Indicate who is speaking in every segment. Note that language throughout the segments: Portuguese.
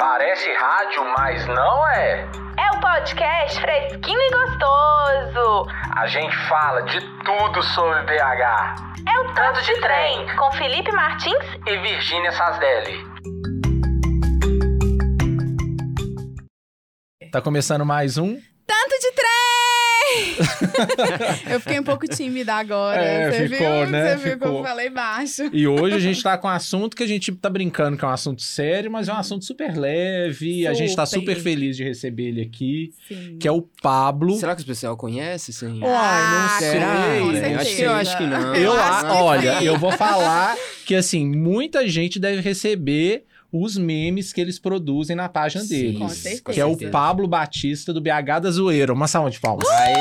Speaker 1: Parece rádio, mas não é.
Speaker 2: É o podcast fresquinho e gostoso.
Speaker 1: A gente fala de tudo sobre BH.
Speaker 2: É o Tanto, de, trem, com Felipe Martins.
Speaker 1: E Virgínia Sasdelli.
Speaker 3: Tá começando mais um.
Speaker 4: Tanto de trem! eu fiquei um pouco tímida agora.
Speaker 3: É,
Speaker 4: você
Speaker 3: ficou,
Speaker 4: viu?
Speaker 3: né?
Speaker 4: Você viu que
Speaker 3: Ficou.
Speaker 4: eu falei baixo.
Speaker 3: E hoje a gente tá com um assunto que a gente tá brincando que é um assunto sério, mas é um assunto super leve. A gente tá
Speaker 4: Super.
Speaker 3: super feliz de receber ele aqui,
Speaker 4: Sim.
Speaker 3: que é o Pablo.
Speaker 5: Será que o pessoal conhece, sim?
Speaker 3: Uai, não
Speaker 4: Ah,
Speaker 3: sei.
Speaker 4: com
Speaker 3: né?
Speaker 4: certeza.
Speaker 5: Acho que eu acho que não.
Speaker 3: Eu,
Speaker 4: Eu
Speaker 3: a-
Speaker 4: acho que
Speaker 3: olha,
Speaker 4: sim.
Speaker 3: eu vou falar que assim, muita gente deve receber os memes que eles produzem na página
Speaker 5: Sim,
Speaker 3: deles.
Speaker 4: com certeza.
Speaker 3: Que é o Pablo Batista do BH da Zoeira. Uma salva de palmas.
Speaker 5: Aê!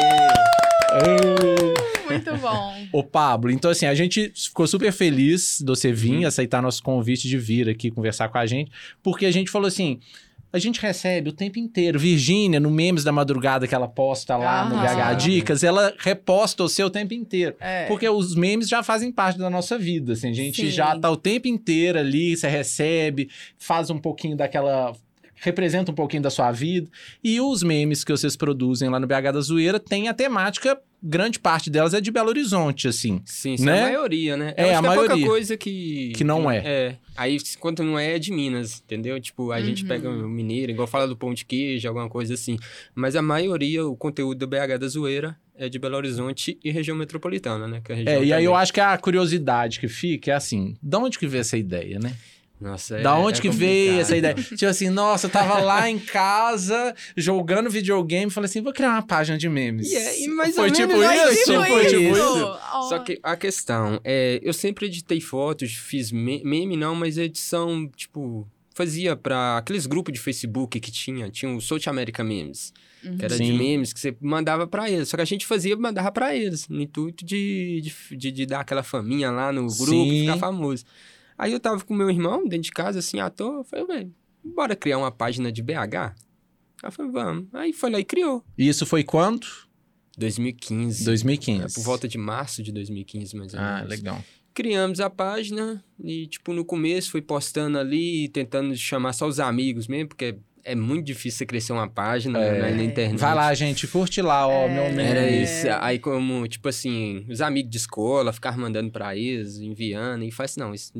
Speaker 3: Ei.
Speaker 4: Muito bom.
Speaker 3: Ô, Pablo, então assim, a gente ficou super feliz de você vir aceitar nosso convite de vir aqui conversar com a gente, porque a gente falou assim. A gente recebe o tempo inteiro. Virgínia, no Memes da Madrugada que ela posta lá no
Speaker 4: Aham.
Speaker 3: BH Dicas, ela reposta o seu tempo inteiro.
Speaker 4: É.
Speaker 3: Porque os memes já fazem parte da nossa vida, assim, a gente
Speaker 4: Sim.
Speaker 3: já tá o tempo inteiro ali, você recebe, faz um pouquinho daquela representa um pouquinho da sua vida. E os memes que vocês produzem lá no BH da Zoeira tem a temática, grande parte delas é de Belo Horizonte, assim.
Speaker 5: Sim, isso
Speaker 3: Né?
Speaker 5: é a maioria, né?
Speaker 3: É,
Speaker 5: Eu acho
Speaker 3: a
Speaker 5: que É
Speaker 3: maioria.
Speaker 5: pouca coisa que...
Speaker 3: Que não é.
Speaker 5: É. Aí, quando não é, é de Minas, entendeu? Tipo, a gente
Speaker 4: Uhum.
Speaker 5: pega o mineiro, igual fala do pão de queijo, alguma coisa assim. Mas a maioria, o conteúdo do BH da Zoeira é de Belo Horizonte e região metropolitana, né? Que a região
Speaker 3: É, e aí eu
Speaker 5: também-
Speaker 3: acho que a curiosidade que fica é assim, da onde que veio essa ideia, né?
Speaker 5: Nossa, é-
Speaker 3: da onde
Speaker 5: é
Speaker 3: que veio
Speaker 5: complicado.
Speaker 3: essa ideia? tipo assim, nossa, eu tava lá em casa jogando videogame, falei assim, vou criar uma página de memes.
Speaker 5: E é, e mais
Speaker 3: Foi
Speaker 5: ou
Speaker 3: tipo
Speaker 5: menos
Speaker 3: isso,
Speaker 5: tipo
Speaker 3: foi tipo isso.
Speaker 5: Só que a questão é, eu sempre editei fotos, fiz me- meme não, mas edição, tipo, fazia pra aqueles grupos de Facebook que tinha, tinha o South America Memes,
Speaker 4: Uhum.
Speaker 5: que era de
Speaker 3: Sim.
Speaker 5: memes que você mandava pra eles, só que a gente fazia, e mandava pra eles, no intuito de, de, de- de dar aquela faminha lá no grupo
Speaker 3: Sim.
Speaker 5: e ficar famoso. Aí eu tava com meu irmão dentro de casa, assim, à toa, eu falei, velho, bora criar uma página de BH? Ela falou, vamos. Aí foi lá e criou.
Speaker 3: E isso foi quanto?
Speaker 5: 2015.
Speaker 3: 2015.
Speaker 5: É, por volta né? de março de 2015, mais ou menos.
Speaker 3: Ah, legal.
Speaker 5: Criamos a página e, tipo, no começo fui postando ali, tentando chamar só os amigos mesmo, porque é muito difícil você crescer uma página
Speaker 3: É.
Speaker 5: né, na internet.
Speaker 3: Vai lá, gente, curte lá, ó, meu nome.
Speaker 5: Era
Speaker 4: É.
Speaker 5: isso. Aí, como, tipo assim, os amigos de escola ficavam mandando pra eles, enviando, e faz assim, não, isso.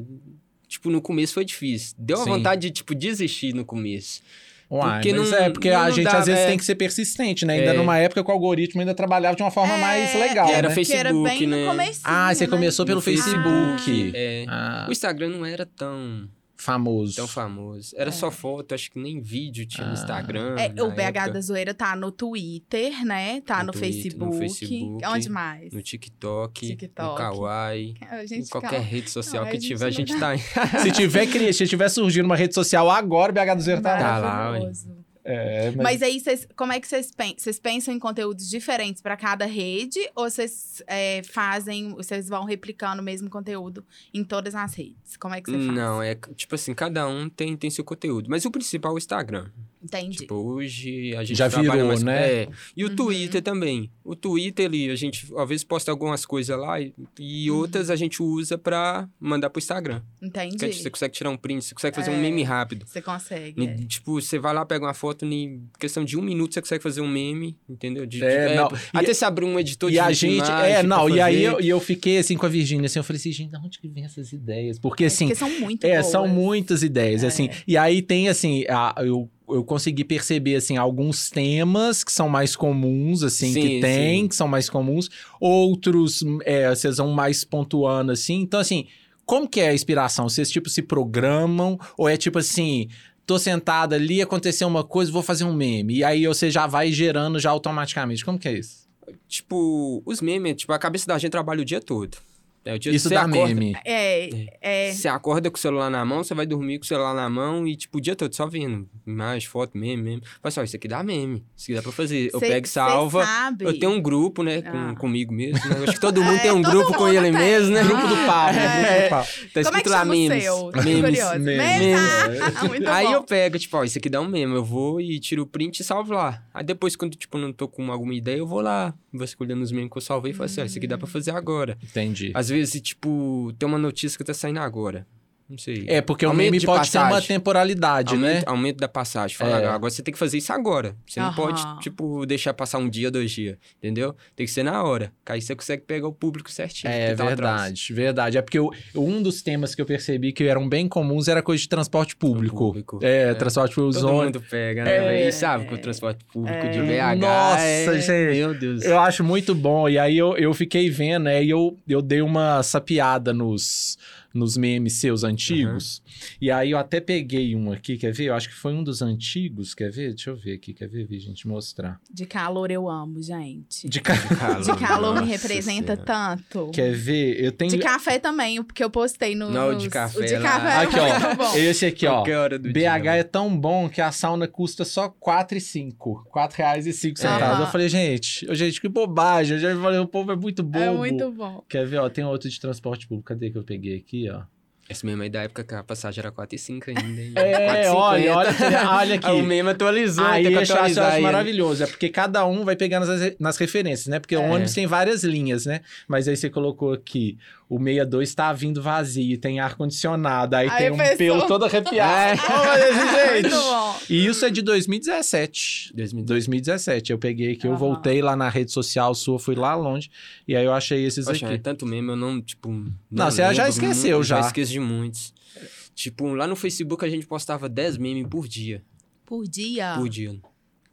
Speaker 5: Tipo, no começo foi difícil. Deu
Speaker 3: Sim.
Speaker 5: uma vontade de, tipo, desistir no começo.
Speaker 3: Uai,
Speaker 5: Porque
Speaker 3: mas
Speaker 5: não-
Speaker 3: é, porque
Speaker 5: não
Speaker 3: a gente
Speaker 5: dá,
Speaker 3: às vezes
Speaker 5: é.
Speaker 3: tem que ser persistente, né? Ainda
Speaker 5: É.
Speaker 3: numa época que o algoritmo ainda trabalhava de uma
Speaker 4: É,
Speaker 3: forma mais legal,
Speaker 5: era
Speaker 3: né?
Speaker 5: fe-
Speaker 4: que era
Speaker 5: Facebook,
Speaker 4: bem no
Speaker 5: né?
Speaker 4: comecinho,
Speaker 3: Ah, você
Speaker 4: né?
Speaker 3: começou pelo
Speaker 5: No
Speaker 3: Facebook.
Speaker 5: É.
Speaker 3: Ah,
Speaker 5: O Então Instagram não era tão,
Speaker 3: famoso.
Speaker 5: tão famoso. Era só foto, acho que nem vídeo tinha
Speaker 3: Ah.
Speaker 5: no Instagram.
Speaker 4: É, o
Speaker 5: na
Speaker 4: BH
Speaker 5: época.
Speaker 4: da Zoeira tá no Twitter, né? Tá
Speaker 5: No
Speaker 4: no,
Speaker 5: Twitter, no
Speaker 4: Facebook.
Speaker 5: Facebook.
Speaker 4: Onde mais?
Speaker 5: No TikTok,
Speaker 4: TikTok.
Speaker 5: no Kawaii,
Speaker 4: A
Speaker 5: em
Speaker 4: gente
Speaker 5: qualquer
Speaker 4: calma.
Speaker 5: rede social
Speaker 4: Não, é a
Speaker 5: que
Speaker 4: gente
Speaker 5: tiver, a
Speaker 4: não
Speaker 5: gente
Speaker 4: dá.
Speaker 5: tá aí.
Speaker 3: se tiver cri- se tiver surgindo uma rede social agora, o BH do Zero tá lá.
Speaker 5: Tá lá, ué.
Speaker 4: Maravilhoso.
Speaker 3: É, mas,
Speaker 4: Mas aí, cês, como é que vocês pensam? Vocês pensam em conteúdos diferentes para cada rede? Ou vocês é, fazem, vocês vão replicando o mesmo conteúdo em todas as redes? Como é que você faz?
Speaker 5: Não, é tipo assim, cada um tem, tem seu conteúdo. Mas o principal é o Instagram.
Speaker 4: Entendi.
Speaker 5: Tipo, hoje a gente
Speaker 3: Já
Speaker 5: trabalha
Speaker 3: virou,
Speaker 5: mais-
Speaker 3: né?
Speaker 5: É. E o
Speaker 4: Uhum.
Speaker 5: Twitter também. O Twitter, ele, a gente às vezes posta algumas coisas lá e, e
Speaker 4: Uhum.
Speaker 5: outras a gente usa pra mandar pro Instagram. Porque
Speaker 4: Entendi. É.
Speaker 5: você consegue tirar um print, você consegue fazer um meme rápido.
Speaker 4: Você consegue. é.
Speaker 5: Ni- Tipo, você vai lá, pega uma foto, em questão de um minuto você consegue fazer um meme, entendeu? De,
Speaker 3: É,
Speaker 5: de-
Speaker 3: não.
Speaker 5: Até se abrir um editor de
Speaker 3: E a
Speaker 5: vídeo
Speaker 3: gente,
Speaker 5: imagem
Speaker 3: é,
Speaker 5: pra
Speaker 3: não, e aí
Speaker 5: fazer.
Speaker 3: eu, e eu fiquei assim com a Virgínia, assim, eu falei assim, gente, de onde que vem essas ideias? Porque
Speaker 4: É,
Speaker 3: assim,
Speaker 4: porque são muito
Speaker 3: É,
Speaker 4: boas.
Speaker 3: são muitas ideias, assim.
Speaker 5: É.
Speaker 3: E aí tem, assim, a- eu, eu consegui perceber, assim, alguns temas que são mais comuns, assim, que
Speaker 5: Sim,
Speaker 3: tem,
Speaker 5: sim.
Speaker 3: que são mais comuns. Outros, é, vocês vão mais pontuando, assim. Então, assim, como que é a inspiração? Vocês, tipo, se programam? Ou é, tipo, assim... Tô sentada ali, aconteceu uma coisa, vou fazer um meme. E aí você já vai gerando já automaticamente. Como que é isso?
Speaker 5: Tipo, os memes, tipo, a cabeça da gente trabalha o dia todo. É, o dia
Speaker 3: Isso
Speaker 5: você
Speaker 3: dá
Speaker 5: acorda,
Speaker 3: meme.
Speaker 4: É, é.
Speaker 5: Você acorda com o celular na mão, você vai dormir com o celular na mão e, tipo, o dia todo só vendo imagem, foto, meme, meme. Fala assim, ó, isso aqui dá meme, isso aqui dá pra fazer. Eu
Speaker 4: Cê-
Speaker 5: pego e
Speaker 4: cê
Speaker 5: salva.
Speaker 4: sabe.
Speaker 5: Eu tenho um grupo, né, com,
Speaker 4: Ah.
Speaker 5: comigo mesmo. né? Eu acho que todo mundo
Speaker 4: É,
Speaker 5: tem um
Speaker 4: todo
Speaker 5: grupo com
Speaker 4: mundo
Speaker 5: ele
Speaker 4: tem.
Speaker 5: mesmo, né?
Speaker 4: Grupo
Speaker 3: Do né? Pablo, do Pablo.
Speaker 5: Tá escrito
Speaker 4: Como é que
Speaker 5: lá
Speaker 4: chama
Speaker 5: memes.
Speaker 4: o seu? Tô
Speaker 5: memes.
Speaker 4: curiosa.
Speaker 3: memes.
Speaker 4: Mesa! Ah, muito
Speaker 5: Aí
Speaker 4: bom.
Speaker 5: eu pego, tipo, ó, isso aqui dá um meme. Eu vou e tiro o print e salvo lá. Aí depois, quando, tipo, não tô com alguma ideia, eu vou lá, vou escolhendo os memes que eu salvei e falo assim, ó, isso aqui dá pra fazer agora.
Speaker 3: Entendi.
Speaker 5: Às vezes, tipo, tem uma notícia que tá saindo agora. Não sei.
Speaker 3: É, porque o
Speaker 5: Aumento
Speaker 3: meme
Speaker 5: de
Speaker 3: pode ter uma
Speaker 5: passagem.
Speaker 3: temporalidade,
Speaker 5: aumento,
Speaker 3: né?
Speaker 5: aumento da passagem. Fala,
Speaker 3: É.
Speaker 5: agora você tem que fazer isso agora. Você não
Speaker 4: Aham.
Speaker 5: pode, tipo, deixar passar um dia, dois dias, entendeu? Tem que ser na hora. Que aí você consegue pegar o público certinho.
Speaker 3: É
Speaker 5: que tá
Speaker 3: verdade,
Speaker 5: atrás.
Speaker 3: verdade. É porque eu- um dos temas que eu percebi que eram bem comuns era coisa de transporte público.
Speaker 5: Um público,
Speaker 3: É,
Speaker 5: é.
Speaker 3: transporte público,
Speaker 5: Todo
Speaker 3: zona.
Speaker 5: mundo pega,
Speaker 4: É.
Speaker 5: né? velho? E sabe que o transporte público de BH.
Speaker 3: Nossa,
Speaker 5: é...
Speaker 3: gente.
Speaker 5: Meu Deus.
Speaker 3: Eu acho muito bom. E aí eu, eu fiquei vendo, né? E eu, eu dei uma sapiada nos, nos memes seus antigos. E aí eu até peguei um aqui, quer ver? Eu acho que foi um dos antigos, quer ver? Deixa eu ver aqui, quer ver, Vi, gente, mostrar.
Speaker 4: De calor eu amo, gente.
Speaker 3: De ca...
Speaker 4: De calor me
Speaker 5: Nossa
Speaker 4: representa
Speaker 5: Senhora.
Speaker 4: tanto.
Speaker 3: Quer ver? Eu tenho...
Speaker 4: De café também, o que eu postei no.
Speaker 5: Não,
Speaker 4: nos-
Speaker 5: de café
Speaker 4: O de
Speaker 5: lá.
Speaker 4: café é
Speaker 3: Aqui, ó.
Speaker 4: muito bom.
Speaker 3: Esse aqui, ó.
Speaker 5: Qualquer hora do
Speaker 3: BH
Speaker 5: dia.
Speaker 3: é tão bom que a sauna custa só R$ 4,05. R$ 4,05.
Speaker 4: Aham.
Speaker 3: Eu falei, gente, ô, gente, que bobagem. Eu já falei, o povo é muito bobo.
Speaker 4: É muito bom.
Speaker 3: Quer ver, ó, tem outro de transporte público. Cadê que eu peguei aqui, ó?
Speaker 5: Esse mesmo aí da época que a passagem era 4,5 ainda. Hein?
Speaker 3: É,
Speaker 5: 4,50.
Speaker 3: olha, olha, olha
Speaker 5: Ah, o
Speaker 3: aqui.
Speaker 5: meme atualizou.
Speaker 3: Aí
Speaker 5: tem
Speaker 3: eu
Speaker 5: que
Speaker 3: acho, eu acho
Speaker 5: atualizar ele.
Speaker 3: maravilhoso. É porque cada um vai pegando nas, nas referências, né? Porque o
Speaker 5: É.
Speaker 3: ônibus tem várias linhas, né? Mas aí você colocou aqui, o 62 tá vindo vazio, tem ar-condicionado, aí,
Speaker 4: Aí
Speaker 3: tem
Speaker 4: a
Speaker 3: um
Speaker 4: pessoa- É.
Speaker 3: pelo todo arrepiado. Olha, gente!
Speaker 4: Muito bom.
Speaker 3: E isso é de 2017.
Speaker 5: 2012.
Speaker 3: 2017. Eu peguei aqui, eu
Speaker 4: Aham.
Speaker 3: voltei lá na rede social sua, fui lá longe, e aí eu achei esses
Speaker 5: Poxa, é
Speaker 3: aqui.
Speaker 5: tanto meme, eu não, tipo. Não,
Speaker 3: Não, você já
Speaker 5: lembro
Speaker 3: esqueceu,
Speaker 5: muito,
Speaker 3: já.
Speaker 5: Já esqueço de muitos. Tipo, lá no Facebook a gente postava 10 memes por dia.
Speaker 4: Por dia.
Speaker 5: Por dia.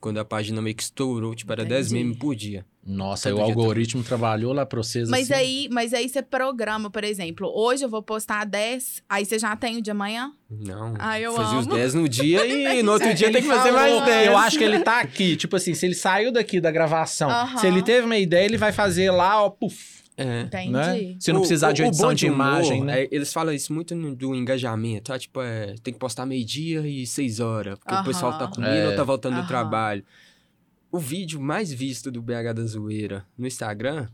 Speaker 5: Quando a página meio que estourou, tipo, era 10
Speaker 4: Ah. Entendi.
Speaker 5: memes por dia.
Speaker 3: Nossa,
Speaker 5: Todo
Speaker 3: o
Speaker 5: dia tá-
Speaker 3: algoritmo trabalhou lá pra vocês
Speaker 4: Mas
Speaker 3: assim.
Speaker 4: aí, mas aí você programa, por exemplo, hoje eu vou postar 10, aí você já tem o de amanhã?
Speaker 5: Não.
Speaker 4: Ai, Ah, eu
Speaker 5: fazia os
Speaker 4: amo.
Speaker 5: 10 no dia e no
Speaker 4: É,
Speaker 5: outro dia tem que fazer
Speaker 3: Falou.
Speaker 5: mais 10.
Speaker 3: Eu acho que ele tá aqui. Tipo assim, se ele saiu daqui da gravação,
Speaker 4: Aham.
Speaker 3: se ele teve uma ideia, ele vai fazer lá, ó, puf.
Speaker 5: É.
Speaker 4: Entendi.
Speaker 3: Né? Se não
Speaker 5: O-
Speaker 3: precisar de
Speaker 5: o- o
Speaker 3: edição
Speaker 5: bom
Speaker 3: de
Speaker 5: humor,
Speaker 3: imagem, né?
Speaker 5: é, eles falam isso muito no- do engajamento. Tá? Tipo, é, tem que postar meio-dia e seis horas. Porque o
Speaker 4: Aham.
Speaker 5: pessoal tá comendo
Speaker 3: É.
Speaker 5: ou tá voltando do
Speaker 4: Aham.
Speaker 5: trabalho. O vídeo mais visto do BH da Zoeira no Instagram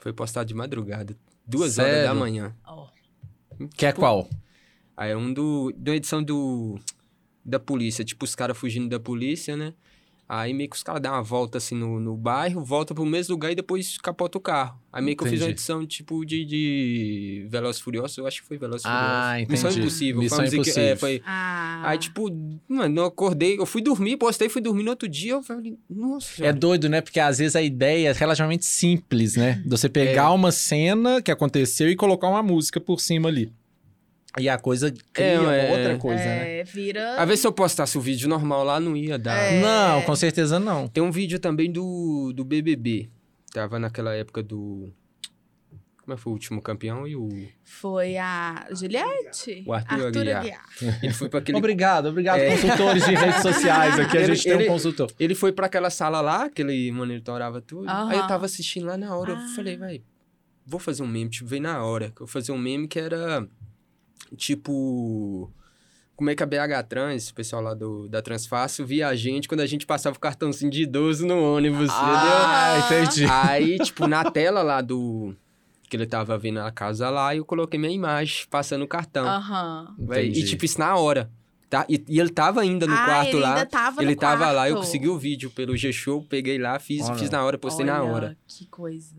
Speaker 5: foi postado de madrugada. Duas horas da
Speaker 3: Sério?
Speaker 5: manhã.
Speaker 3: Que é qual?
Speaker 5: Aí é um do... Da edição do... Da polícia. Tipo, os caras fugindo da polícia, né? Aí meio que os caras dão uma volta assim no, no bairro, volta pro mesmo lugar e depois capota o carro. Aí meio que eu fiz uma
Speaker 3: Entendi.
Speaker 5: edição tipo de, de Veloz e Furioso, eu acho que foi Veloz e Furioso.
Speaker 3: Ah, entendi.
Speaker 5: Missão Impossível.
Speaker 3: Missão
Speaker 5: foi uma música que-
Speaker 3: Impossível.
Speaker 5: é, foi-
Speaker 4: Ah.
Speaker 5: Aí tipo, mano, eu acordei, eu fui dormir, postei, fui dormir no outro dia, eu falei, nossa.
Speaker 3: É doido, né? Porque às vezes a ideia é relativamente simples, né? De Você pegar uma cena que aconteceu e colocar uma música por cima ali. E a coisa cria
Speaker 5: É,
Speaker 3: uma
Speaker 5: é.
Speaker 3: outra coisa, né?
Speaker 4: é, vira.
Speaker 5: Às vezes se eu postasse o vídeo normal lá, não ia dar.
Speaker 4: É.
Speaker 3: Não, com certeza não.
Speaker 5: Tem um vídeo também do, do BBB. Tava naquela época do... Como é que foi o último campeão e o...
Speaker 4: Foi a Juliette?
Speaker 5: O Arthur Aguiar. Ele foi pra aquele
Speaker 3: Obrigado, obrigado,
Speaker 5: É.
Speaker 3: consultores de redes sociais. Aqui a
Speaker 5: Ele-
Speaker 3: gente tem um
Speaker 5: ele-
Speaker 3: consultor.
Speaker 5: Ele foi pra aquela sala lá, que ele monitorava tudo. Aí eu
Speaker 4: Aham.
Speaker 5: tava assistindo lá na hora. Eu
Speaker 4: Ah.
Speaker 5: falei, vai, vou fazer um meme. Tipo, veio na hora. que Eu vou fazer um meme que era tipo. Como é que a BH Trans, o pessoal lá do, da Transfácil, via a gente quando a gente passava o cartãozinho de idoso no ônibus,
Speaker 3: Ah, entendi.
Speaker 5: entendeu? Aí, tipo, na tela lá do. Que ele tava vendo a casa lá, eu coloquei minha imagem passando o cartão.
Speaker 4: Aham.
Speaker 5: Véi,
Speaker 3: Ah, Entendi.
Speaker 5: e tipo, isso na hora. Tá? E, e ele tava ainda no
Speaker 4: Ah,
Speaker 5: quarto
Speaker 4: ele
Speaker 5: lá.
Speaker 4: ainda tava no
Speaker 5: ele tava lá, eu
Speaker 4: quarto.
Speaker 5: consegui o vídeo pelo G-Show, peguei lá, fiz,
Speaker 3: Olha.
Speaker 5: fiz na hora, postei na
Speaker 4: Olha,
Speaker 5: hora.
Speaker 4: Que coisa.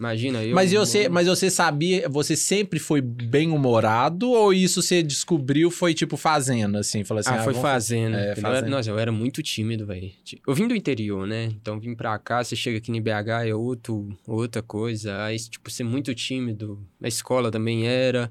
Speaker 5: Imagina, eu.
Speaker 3: Mas você, mas você sabia, você sempre foi bem humorado ou isso você descobriu foi tipo fazendo assim, falou assim,
Speaker 5: Ah, foi
Speaker 3: vamos-
Speaker 5: fazendo.
Speaker 3: É,
Speaker 5: Eu
Speaker 3: fazendo.
Speaker 5: era- nossa, eu era muito tímido, velho. Eu vim do interior, né? Então vim pra cá, você chega aqui em BH, é outro, outra coisa. Aí, tipo, ser muito tímido. A escola também era.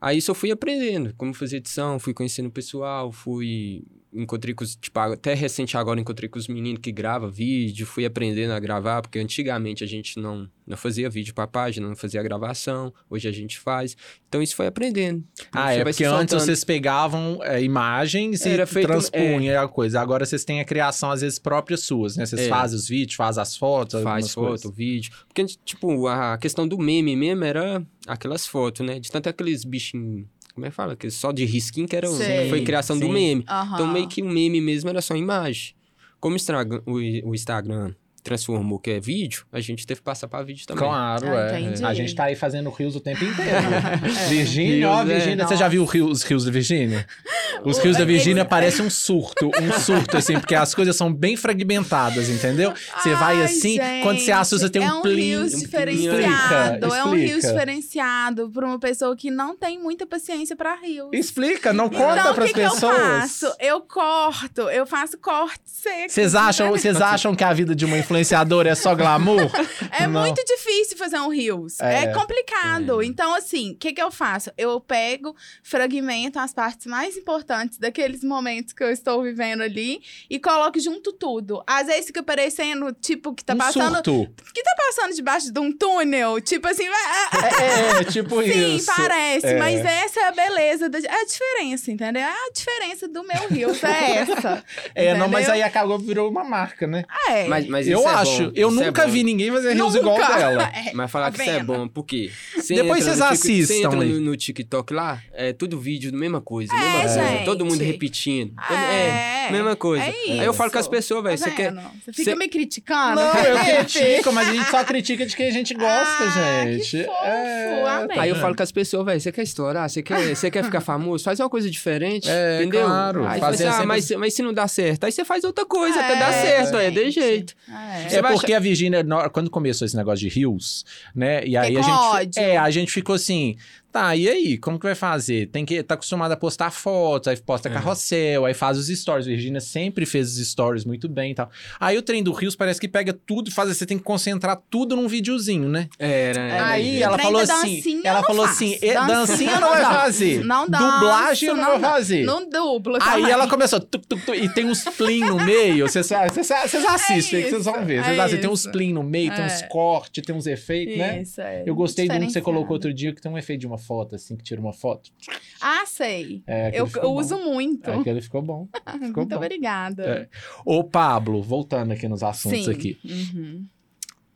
Speaker 5: Aí só fui aprendendo como fazer edição, fui conhecendo o pessoal, fui. Encontrei com os. Tipo, até recente agora encontrei com os meninos que gravam vídeo, fui aprendendo a gravar, porque antigamente a gente não, não fazia vídeo pra página, não fazia gravação, hoje a gente faz. Então isso foi aprendendo.
Speaker 3: Ah, é
Speaker 5: Você vai se
Speaker 3: porque antes
Speaker 5: soltando.
Speaker 3: vocês pegavam é, imagens e
Speaker 5: Era feito-
Speaker 3: transpunham a coisa. Agora vocês têm a criação, às vezes, próprias suas, né? Vocês
Speaker 5: É.
Speaker 3: fazem os vídeos, fazem as fotos,
Speaker 5: faz
Speaker 3: algumas
Speaker 5: foto,
Speaker 3: coisas.
Speaker 5: vídeo. Porque, tipo, a questão do meme mesmo era aquelas fotos, né? De tanto aqueles bichinhos. Como é que fala? Que só de risquinho que era o-
Speaker 4: Sei,
Speaker 5: foi criação do
Speaker 3: sim.
Speaker 5: meme.
Speaker 4: Aham.
Speaker 5: Então, meio que o meme mesmo era só imagem. Como estraga- o, o Instagram transformou, que é vídeo, a gente teve que passar para vídeo também.
Speaker 3: Claro,
Speaker 4: Ah,
Speaker 3: é.
Speaker 4: entendi.
Speaker 3: A gente tá aí fazendo rios o tempo inteiro.
Speaker 4: É.
Speaker 3: Virgínia, ó,
Speaker 5: Rios, é.
Speaker 3: Virgínia. Você já viu o rio- os rios da Virgínia? Os
Speaker 4: O-
Speaker 3: rios da
Speaker 4: eles-
Speaker 3: Virgínia parecem um surto, um surto, assim, porque as coisas são bem fragmentadas, entendeu? Você vai
Speaker 4: Ai,
Speaker 3: assim, quando você
Speaker 4: gente,
Speaker 3: assusta, tem um,
Speaker 4: É um
Speaker 3: plim.
Speaker 4: rios
Speaker 5: um plim.
Speaker 4: diferenciado.
Speaker 3: Explica,
Speaker 4: É um rios
Speaker 3: explica.
Speaker 4: diferenciado pra uma pessoa que não tem muita paciência pra rios.
Speaker 3: Explica, não conta
Speaker 4: Então, o
Speaker 3: pras
Speaker 4: que, que eu
Speaker 3: pessoas.
Speaker 4: faço? Eu corto, eu faço corte seco.
Speaker 3: Vocês acham, vocês acham que a vida de uma influenciadora é só glamour?
Speaker 4: É
Speaker 3: Não.
Speaker 4: muito difícil fazer um Reels. É,
Speaker 3: É.
Speaker 4: complicado. Então, assim, o que, que eu faço? Eu pego, fragmento as partes mais importantes daqueles momentos que eu estou vivendo ali e coloco junto tudo. Às vezes fica parecendo, tipo, que tá
Speaker 3: um
Speaker 4: passando.
Speaker 3: surto.
Speaker 4: Que tá passando debaixo de um túnel. Tipo assim, ah, ah,
Speaker 3: É, é, tipo
Speaker 4: sim,
Speaker 3: isso.
Speaker 4: parece.
Speaker 3: É.
Speaker 4: Mas essa é a beleza. da- é a diferença, entendeu? É a diferença do meu Reels. É essa.
Speaker 3: É, não, mas
Speaker 4: entendeu?
Speaker 3: aí acabou, virou uma marca, né?
Speaker 4: É.
Speaker 5: Mas, mas
Speaker 3: eu
Speaker 5: isso é
Speaker 3: acho.
Speaker 5: bom,
Speaker 3: eu
Speaker 5: isso é
Speaker 3: nunca
Speaker 5: bom.
Speaker 3: vi ninguém fazer rios igual
Speaker 4: Nunca.
Speaker 3: dela.
Speaker 4: É.
Speaker 5: Mas falar
Speaker 4: Tá
Speaker 5: que isso é
Speaker 4: vendo?
Speaker 5: bom, por quê? Você
Speaker 3: Depois
Speaker 5: entra
Speaker 3: vocês
Speaker 5: no Tik- você
Speaker 3: assistam
Speaker 5: entra
Speaker 3: aí.
Speaker 5: no- no TikTok lá, é tudo vídeo, mesma coisa,
Speaker 4: É,
Speaker 5: mesma coisa.
Speaker 4: gente.
Speaker 5: Todo mundo repetindo. É,
Speaker 4: É.
Speaker 5: mesma coisa.
Speaker 4: É
Speaker 5: Aí eu falo com as
Speaker 4: isso. Tá
Speaker 5: pessoas, velho, você quer...
Speaker 4: vendo? Você fica
Speaker 5: cê-
Speaker 4: me criticando? É.
Speaker 3: Não, eu
Speaker 4: Felipe?
Speaker 3: critico, mas a gente só critica de quem a gente gosta,
Speaker 4: Ah, que
Speaker 3: gente.
Speaker 4: fofo,
Speaker 3: é...
Speaker 4: amei.
Speaker 5: Aí eu falo com as pessoas, velho, você quer estourar? Você quer, você quer ficar famoso? Faz uma coisa diferente,
Speaker 3: É,
Speaker 5: entendeu?
Speaker 3: claro.
Speaker 5: Aí
Speaker 3: Fazer
Speaker 5: você, ah,
Speaker 3: sempre- assim."
Speaker 5: mas, mas se não dá certo, aí você faz outra coisa, até
Speaker 4: É,
Speaker 5: dar certo, aí é de
Speaker 4: gente.
Speaker 5: jeito.
Speaker 4: É.
Speaker 5: Você
Speaker 3: É
Speaker 5: vai
Speaker 3: porque a Virgínia, na- quando começou esse negócio de rios, né? E aí
Speaker 4: Tem
Speaker 3: a gente.
Speaker 4: ódio.
Speaker 3: É, a gente ficou assim. Tá, e aí? Como que vai fazer? Tem que. Tá acostumada a postar fotos, aí posta
Speaker 5: É.
Speaker 3: carrossel, aí faz os stories. Virgínia sempre fez os stories muito bem e tal. Aí o trem do Rios parece que pega tudo e faz. Você tem que concentrar tudo num videozinho, né?
Speaker 5: Era, era.
Speaker 3: Aí
Speaker 4: O
Speaker 3: ela
Speaker 4: trem
Speaker 3: falou
Speaker 4: da
Speaker 3: assim.
Speaker 4: dancinha
Speaker 3: Ela
Speaker 4: eu não
Speaker 3: falou
Speaker 4: faço.
Speaker 3: assim: "E-
Speaker 4: Dancinha
Speaker 3: dancinha não
Speaker 4: eu não
Speaker 3: vai
Speaker 4: danço,
Speaker 3: fazer.
Speaker 4: não danço,
Speaker 3: Dublagem eu não,
Speaker 4: não
Speaker 3: vai fazer.
Speaker 4: Não tá? duplo.
Speaker 3: Aí
Speaker 4: também.
Speaker 3: ela começou. tuc, tuc, tuc, e tem uns plim no meio. Vocês vocês- vocês assistem,
Speaker 4: É isso,
Speaker 3: vocês vão ver.
Speaker 4: é
Speaker 3: Vocês assistem. Tem uns
Speaker 4: isso.
Speaker 3: plim no meio, tem uns
Speaker 4: É.
Speaker 3: cortes, tem uns efeitos, né?
Speaker 4: Isso, é.
Speaker 3: Eu gostei de um que você
Speaker 4: Diferenciado.
Speaker 3: colocou outro dia, que tem um efeito de uma foto, assim, que tira uma foto.
Speaker 4: Ah, sei.
Speaker 3: É, aquele
Speaker 4: Eu,
Speaker 3: ficou
Speaker 4: eu
Speaker 3: bom. É,
Speaker 4: uso muito.
Speaker 3: Aquele ficou bom. ficou
Speaker 4: muito
Speaker 3: bom.
Speaker 4: obrigada.
Speaker 3: Ô, Pablo, voltando aqui nos assuntos
Speaker 4: Sim.
Speaker 3: aqui.
Speaker 4: Uhum.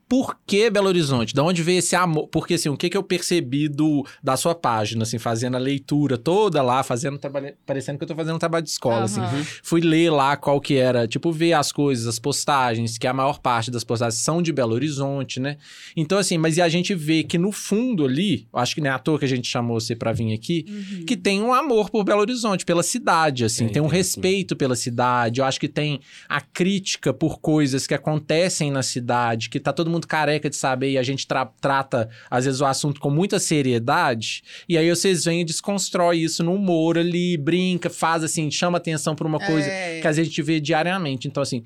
Speaker 3: Por que Belo Horizonte? Da onde veio esse amor? Porque, assim, o que, que eu percebi do, da sua página, assim, fazendo a leitura toda lá, fazendo trabalho... Parecendo que eu tô fazendo um trabalho de escola, assim.
Speaker 4: Aham.
Speaker 3: Fui ler lá qual que era, tipo, ver as coisas, as postagens, que a maior parte das postagens são de Belo Horizonte, né? Então, assim, mas e a gente vê que no fundo ali, acho que não é à toa que a gente chamou você pra vir aqui,
Speaker 4: Uhum.
Speaker 3: que tem um amor por Belo Horizonte, pela cidade, assim,
Speaker 5: Tem,
Speaker 3: tem um
Speaker 5: tem,
Speaker 3: respeito pela cidade. Eu acho que tem a crítica por coisas que acontecem na cidade, que tá todo mundo careca de saber e a gente tra- trata, às vezes, o assunto com muita seriedade. E aí vocês vêm e desconstrói isso no humor ali, brinca, faz assim, chama atenção pra uma coisa
Speaker 4: É.
Speaker 3: que às vezes a gente vê diariamente. Então, assim,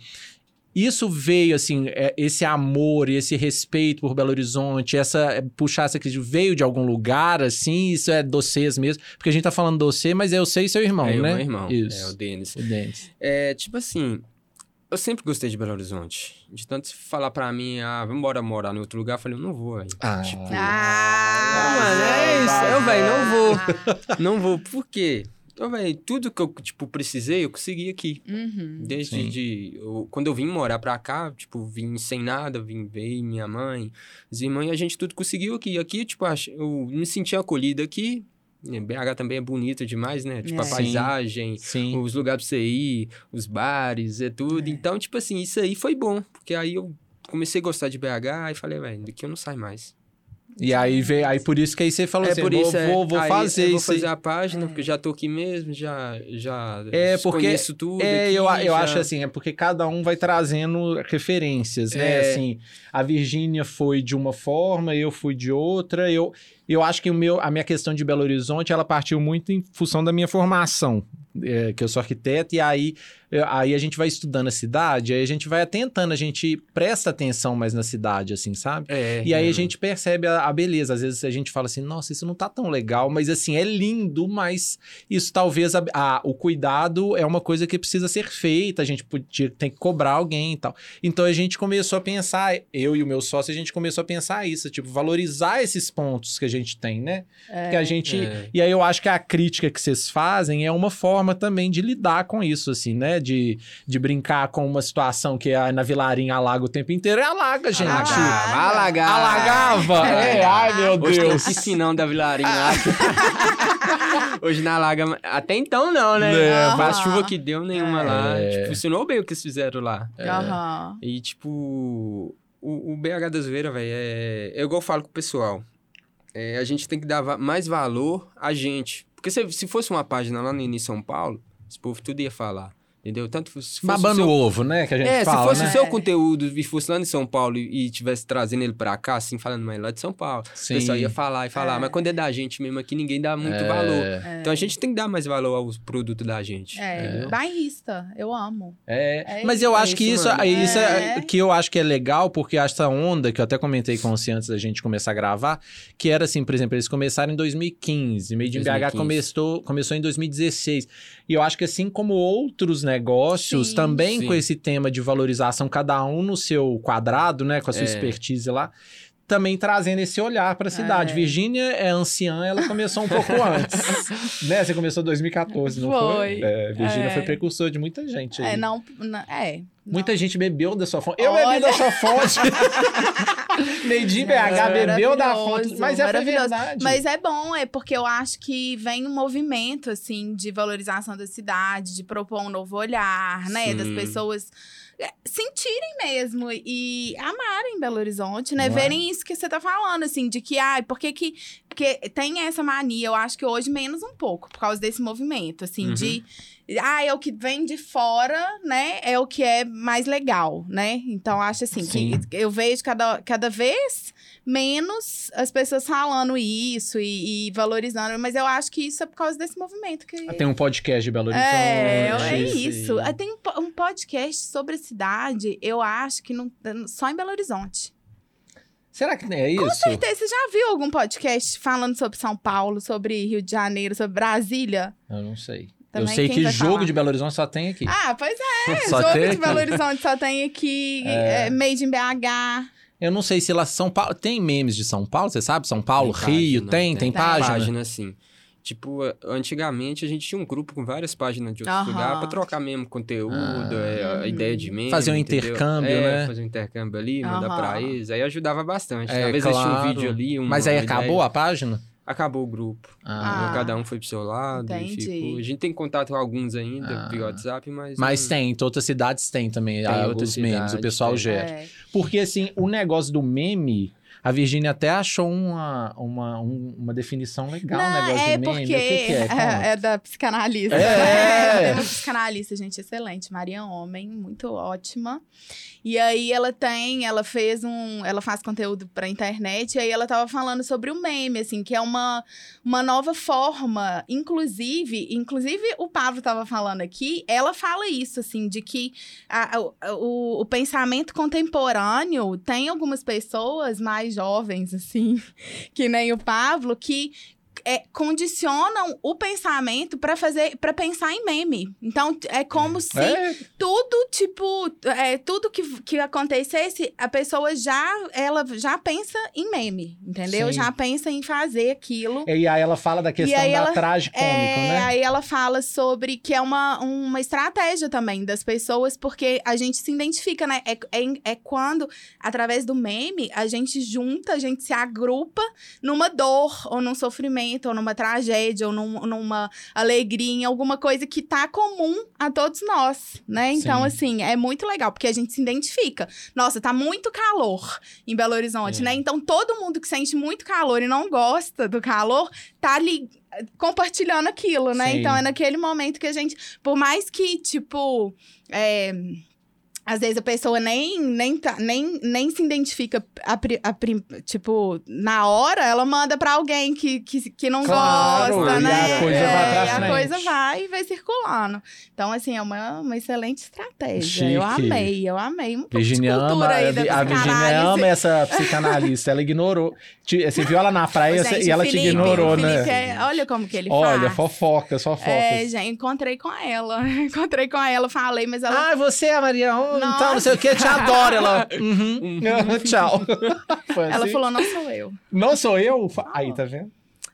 Speaker 3: isso veio, assim, é, esse amor e esse respeito por Belo Horizonte, essa é, puxar essa crise veio de algum lugar, assim, isso é doces mesmo. Porque a gente tá falando doce, mas é eu sei seu irmão,
Speaker 5: É, o
Speaker 3: né?
Speaker 5: meu irmão, é o
Speaker 3: Isso.
Speaker 5: Denis.
Speaker 3: O Denis.
Speaker 5: É, tipo assim, eu sempre gostei de Belo Horizonte. De tanto falar pra mim, ah, vamos embora morar em outro lugar, eu falei, eu não vou, velho. Tipo,
Speaker 3: Ah.
Speaker 4: Ah,
Speaker 5: Não, mano, é isso.
Speaker 4: ah,
Speaker 5: Eu, velho, não vou.
Speaker 4: ah.
Speaker 5: Não vou, por quê? Então, velho, tudo que eu, tipo, precisei, eu consegui aqui.
Speaker 4: Uhum.
Speaker 5: Desde
Speaker 3: Sim.
Speaker 5: de... eu- quando eu vim morar pra cá, tipo, vim sem nada, vim ver minha mãe, as irmãs, e a gente tudo conseguiu aqui. Aqui, tipo, ach- eu me senti acolhido aqui. E BH também é bonito demais, né? Tipo, a
Speaker 4: É.
Speaker 3: Sim.
Speaker 5: paisagem,
Speaker 3: Sim.
Speaker 5: os lugares pra você ir, os bares, é tudo.
Speaker 4: É.
Speaker 5: Então, tipo assim, isso aí foi bom, porque aí eu comecei a gostar de BH e falei, velho, daqui eu não saio mais.
Speaker 3: E aí veio, aí por isso que aí você falou assim, vou,
Speaker 5: é,
Speaker 3: vou, vou
Speaker 5: aí
Speaker 3: fazer
Speaker 5: eu vou
Speaker 3: isso. aí.
Speaker 5: fazer a página, porque eu já tô aqui mesmo, já, já
Speaker 3: É, porque-
Speaker 5: conheço tudo.
Speaker 3: É,
Speaker 5: aqui,
Speaker 3: eu, eu
Speaker 5: já-
Speaker 3: acho assim, é porque cada um vai trazendo referências, né?
Speaker 5: É.
Speaker 3: Assim, a Virgínia foi de uma forma, eu fui de outra. Eu, eu acho que o meu, a minha questão de Belo Horizonte, ela partiu muito em função da minha formação, é, que eu sou arquiteto, e aí, é, aí a gente vai estudando a cidade, aí a gente vai atentando, a gente presta atenção mais na cidade, assim, sabe?
Speaker 5: É,
Speaker 3: E aí a
Speaker 5: mano.
Speaker 3: gente percebe a, a beleza. Às vezes a gente fala assim, nossa, isso não tá tão legal, mas assim, é lindo, mas isso talvez a- a- o cuidado é uma coisa que precisa ser feita, a gente podia, tem que cobrar alguém e tal. Então a gente começou a pensar, eu e o meu sócio, a gente começou a pensar isso, tipo, valorizar esses pontos que a gente tem, né?
Speaker 4: É.
Speaker 3: Porque a gente.
Speaker 5: É.
Speaker 3: E aí eu acho que a crítica que vocês fazem é uma forma forma também de lidar com isso, assim, né? De, de brincar com uma situação que ah, na Vilarinha alaga o tempo inteiro. É alaga, gente.
Speaker 4: Alaga.
Speaker 5: Vai alagar.
Speaker 3: Alagava. É, ai, meu
Speaker 5: Hoje tem um
Speaker 3: Deus.
Speaker 5: piscinão da Vilarinha lá. Hoje na laga. Até então não, né?
Speaker 4: Né.
Speaker 5: Mas a
Speaker 4: Aham.
Speaker 5: chuva que deu nenhuma lá.
Speaker 3: É.
Speaker 5: Tipo, funcionou bem o que eles fizeram lá.
Speaker 4: Aham.
Speaker 5: E, tipo, o, o BH das Veiras, velho, é, é igual eu falo com o pessoal. É, a gente tem que dar va- mais valor a gente. Porque se, se fosse uma página lá no início São Paulo, esse povo tudo ia falar. Entendeu? Tanto se fosse o
Speaker 3: Babando
Speaker 5: seu-
Speaker 3: o ovo, né? Que a gente
Speaker 5: é,
Speaker 3: fala,
Speaker 5: se fosse
Speaker 3: né?
Speaker 5: o seu
Speaker 4: É.
Speaker 5: conteúdo e fosse lá em São Paulo e, e tivesse trazendo ele pra cá, assim, falando, mas lá de São Paulo.
Speaker 3: Sim.
Speaker 5: O pessoal ia falar e falar,
Speaker 4: É.
Speaker 5: mas quando é da gente mesmo aqui, ninguém dá muito
Speaker 3: É.
Speaker 5: valor. Então a gente tem que dar mais valor aos produtos da gente.
Speaker 4: É, bairrista, eu amo.
Speaker 3: É,
Speaker 4: É
Speaker 3: mas eu
Speaker 5: isso,
Speaker 3: acho que
Speaker 5: é
Speaker 3: isso,
Speaker 5: isso, mano.
Speaker 3: é- isso é,
Speaker 4: É.
Speaker 3: que eu acho que é legal, porque essa onda que eu até comentei com você antes da gente começar a gravar, que era assim, por exemplo, eles começaram em 2015, Made in BH
Speaker 5: 2015.
Speaker 3: começou, começou em 2016. E eu acho que assim como outros negócios,
Speaker 4: Sim.
Speaker 3: também
Speaker 5: Sim.
Speaker 3: com esse tema de valorização, cada um no seu quadrado, né, com a sua
Speaker 5: É.
Speaker 3: expertise lá, também trazendo esse olhar para a cidade.
Speaker 4: É.
Speaker 3: Virgínia é anciã, ela começou um pouco antes. Né? Você começou em 2014, não foi?
Speaker 4: Foi.
Speaker 3: É, Virgínia
Speaker 4: É.
Speaker 3: foi precursor de muita gente aí.
Speaker 4: É, não, não- é.
Speaker 3: Muita gente bebeu da sua fonte. Eu
Speaker 4: Olha.
Speaker 3: bebi da sua fonte. Neidinho BH
Speaker 4: É,
Speaker 3: bebeu da
Speaker 4: maravilhoso,
Speaker 3: fonte. Mas é
Speaker 4: maravilhoso.
Speaker 3: verdade.
Speaker 4: Mas é bom, é porque eu acho que vem um movimento, assim, de valorização da cidade, de propor um novo olhar, né?
Speaker 5: Sim.
Speaker 4: Das pessoas é, sentirem mesmo e amarem Belo Horizonte, né?
Speaker 3: Não é?
Speaker 4: Verem isso que você tá falando, assim, de que, ai, por que que... Porque tem essa mania, eu acho que hoje menos um pouco, por causa desse movimento, assim,
Speaker 5: Uhum.
Speaker 4: de... Ah, é o que vem de fora, né? É o que é mais legal, né? Então, acho assim,
Speaker 5: Sim.
Speaker 4: que eu vejo cada, cada vez menos as pessoas falando isso e, e valorizando, mas eu acho que isso é por causa desse movimento que.
Speaker 3: Tem um podcast de Belo Horizonte. né?
Speaker 4: É,
Speaker 3: um
Speaker 4: é
Speaker 5: sim.
Speaker 4: isso. Ah, Tem um po- um podcast sobre a cidade, eu acho que não, só em Belo Horizonte.
Speaker 3: Será que não é isso?
Speaker 4: Com certeza, você já viu algum podcast falando sobre São Paulo, sobre Rio de Janeiro, sobre Brasília?
Speaker 3: Eu não sei.
Speaker 4: Também
Speaker 3: eu sei
Speaker 4: quem
Speaker 3: que
Speaker 4: vai
Speaker 3: jogo
Speaker 4: falar?
Speaker 3: de Belo Horizonte só tem aqui.
Speaker 4: Ah, pois é.
Speaker 3: Só
Speaker 4: jogo
Speaker 3: tem
Speaker 4: de
Speaker 3: aqui.
Speaker 4: Belo Horizonte só tem aqui.
Speaker 3: É.
Speaker 4: é, Made in BH.
Speaker 3: Eu não sei se lá São Paulo. Tem memes de São Paulo, você sabe? São Paulo,
Speaker 5: Tem
Speaker 3: Rio,
Speaker 5: página,
Speaker 3: tem, tem,
Speaker 4: tem.
Speaker 3: página.
Speaker 5: página, assim. Tipo, a- antigamente a gente tinha um grupo com várias páginas de outro
Speaker 4: Aham.
Speaker 5: lugar pra trocar mesmo conteúdo,
Speaker 3: Ah.
Speaker 5: é, a
Speaker 4: Uhum.
Speaker 5: ideia de meme.
Speaker 3: Fazer um
Speaker 5: entendeu?
Speaker 3: intercâmbio,
Speaker 5: É,
Speaker 3: né?
Speaker 5: Fazer um intercâmbio ali, mandar
Speaker 4: Aham.
Speaker 5: pra eles. Aí ajudava bastante.
Speaker 3: É,
Speaker 5: Talvez
Speaker 3: claro.
Speaker 5: um vídeo ali. uma
Speaker 3: Mas aí
Speaker 5: ideia.
Speaker 3: acabou a página?
Speaker 5: Acabou o grupo.
Speaker 4: Ah.
Speaker 5: Entendeu? Cada um foi pro seu lado. e
Speaker 4: Entendi.
Speaker 5: ficou. A gente tem contato com alguns ainda
Speaker 3: Ah.
Speaker 5: via WhatsApp, mas.
Speaker 3: Mas
Speaker 5: não-
Speaker 3: tem, em outras cidades tem também
Speaker 5: Tem outras
Speaker 3: alguns memes, o
Speaker 5: cidades,
Speaker 3: pessoal
Speaker 5: tem.
Speaker 3: gera.
Speaker 4: É.
Speaker 3: Porque, assim, o negócio do meme, a Virgínia até achou uma, uma, um- uma definição legal, o um negócio
Speaker 4: é
Speaker 3: de meme.
Speaker 4: porque
Speaker 3: O que, que é? Conta.
Speaker 4: é, é da psicanalista.
Speaker 3: É.
Speaker 4: Tem uma psicanalista, gente, excelente. Maria é um Homem, muito ótima. E aí ela tem, ela fez um. Ela faz conteúdo pra internet, e aí ela tava falando sobre o meme, assim, que é uma, uma nova forma. Inclusive, inclusive o Pablo tava falando aqui, ela fala isso, assim, de que a- a- a- o, o pensamento contemporâneo tem algumas pessoas mais jovens, assim, que nem o Pablo, que é, condicionam o pensamento para fazer para pensar em meme. Então é como se
Speaker 3: É,
Speaker 4: tudo tipo é, tudo que, que acontecesse a pessoa já ela já pensa em meme, entendeu?
Speaker 3: Sim.
Speaker 4: Já pensa em fazer aquilo.
Speaker 3: É? E aí ela fala da questão
Speaker 4: aí
Speaker 3: da
Speaker 4: ela-
Speaker 3: tragicômica,
Speaker 4: É,
Speaker 3: né?
Speaker 4: aí ela fala sobre que é uma, uma estratégia também das pessoas, porque a gente se identifica, né? É, é, é quando, através do meme, a gente junta, a gente se agrupa numa dor, ou num sofrimento, ou numa tragédia, ou num- numa alegria, em alguma coisa que tá comum a todos nós, né? Então,
Speaker 3: Sim.
Speaker 4: assim, é muito legal, porque a gente se identifica. Nossa, tá muito calor em Belo Horizonte,
Speaker 5: É.
Speaker 4: né? Então, todo mundo que sente muito calor e não gosta do calor, tá ali compartilhando aquilo, né?
Speaker 3: Sim.
Speaker 4: Então é naquele momento que a gente, por mais que tipo, é, às vezes a pessoa nem nem tá- nem, nem se identifica a pri- a pri- tipo na hora, ela manda pra alguém que que, que não
Speaker 3: Claro,
Speaker 4: gosta,
Speaker 5: e
Speaker 4: né?
Speaker 5: a coisa vai pra
Speaker 4: e a
Speaker 5: frente.
Speaker 4: coisa vai e vai circulando. Então assim é uma, uma excelente estratégia. Eu
Speaker 3: Chique.
Speaker 4: amei, eu amei. Um pouco
Speaker 3: Virginia
Speaker 4: de
Speaker 3: ama, é
Speaker 4: cultura aí da
Speaker 3: a Virginia
Speaker 4: psicanálise.
Speaker 3: ama essa psicanalista. Ela ignorou. Te- Você viu ela na praia
Speaker 4: Gente,
Speaker 3: e ela
Speaker 4: o
Speaker 3: te
Speaker 4: Felipe-
Speaker 3: ignorou,
Speaker 4: o Felipe
Speaker 3: né?
Speaker 4: é- olha como que ele
Speaker 3: Olha,
Speaker 4: faz.
Speaker 3: fofocas, fofocas.
Speaker 4: É, já encontrei com ela. Encontrei com ela, falei, mas ela.
Speaker 3: Ah, você é a Maria Homem, então, não sei o que, te adoro. Ela, uhum, tchau. Foi
Speaker 4: ela
Speaker 3: assim?
Speaker 4: falou, não sou eu.
Speaker 3: não sou eu? Fa- Aí, tá vendo?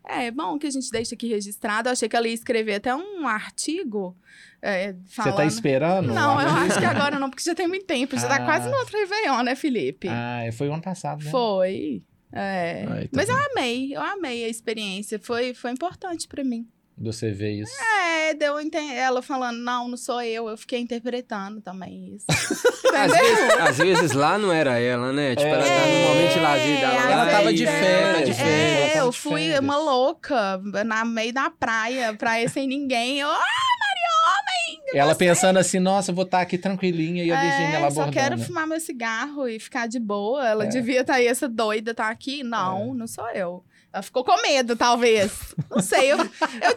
Speaker 4: É, bom que a gente deixa aqui registrado. Eu achei que ela ia escrever até um artigo é,
Speaker 6: Você
Speaker 4: falando.
Speaker 6: tá esperando?
Speaker 4: Não, eu
Speaker 3: né?
Speaker 6: Ah,
Speaker 4: acho que é agora não, porque já tem muito tempo. Já
Speaker 6: Ah.
Speaker 4: tá quase no outro Réveillon, né, Felipe?
Speaker 6: Ah, foi o ano passado, né?
Speaker 4: Foi. É.
Speaker 3: Aí, tá
Speaker 4: Mas eu
Speaker 3: vendo?
Speaker 4: amei, eu amei a experiência. Foi, foi importante pra mim.
Speaker 6: Você vê isso.
Speaker 4: É, deu a enten- ela falando, não, não sou eu. Eu fiquei interpretando também isso.
Speaker 5: Às
Speaker 4: Entendeu?
Speaker 5: vezes, às vezes lá não era ela, né? Tipo, ela tá num momento de lazer dela.
Speaker 4: É, às
Speaker 5: lá
Speaker 3: Ela tava
Speaker 5: e-
Speaker 4: vezes
Speaker 3: de
Speaker 4: é,
Speaker 3: férias,
Speaker 5: tá de
Speaker 4: é,
Speaker 5: férias.
Speaker 6: ela tava
Speaker 4: eu
Speaker 6: de
Speaker 4: fui
Speaker 6: férias.
Speaker 4: uma louca, na meio da praia, praia sem ninguém. Eu, ah,
Speaker 6: Ela pensando assim, nossa, eu vou estar aqui tranquilinha e a Virgínia lá
Speaker 4: é, só
Speaker 6: bordando.
Speaker 4: quero
Speaker 6: né?
Speaker 4: fumar meu cigarro e ficar de boa. Ela devia estar aí, essa doida tá aqui. Não, não sou eu. Ela ficou com medo, talvez. Não sei, eu, eu,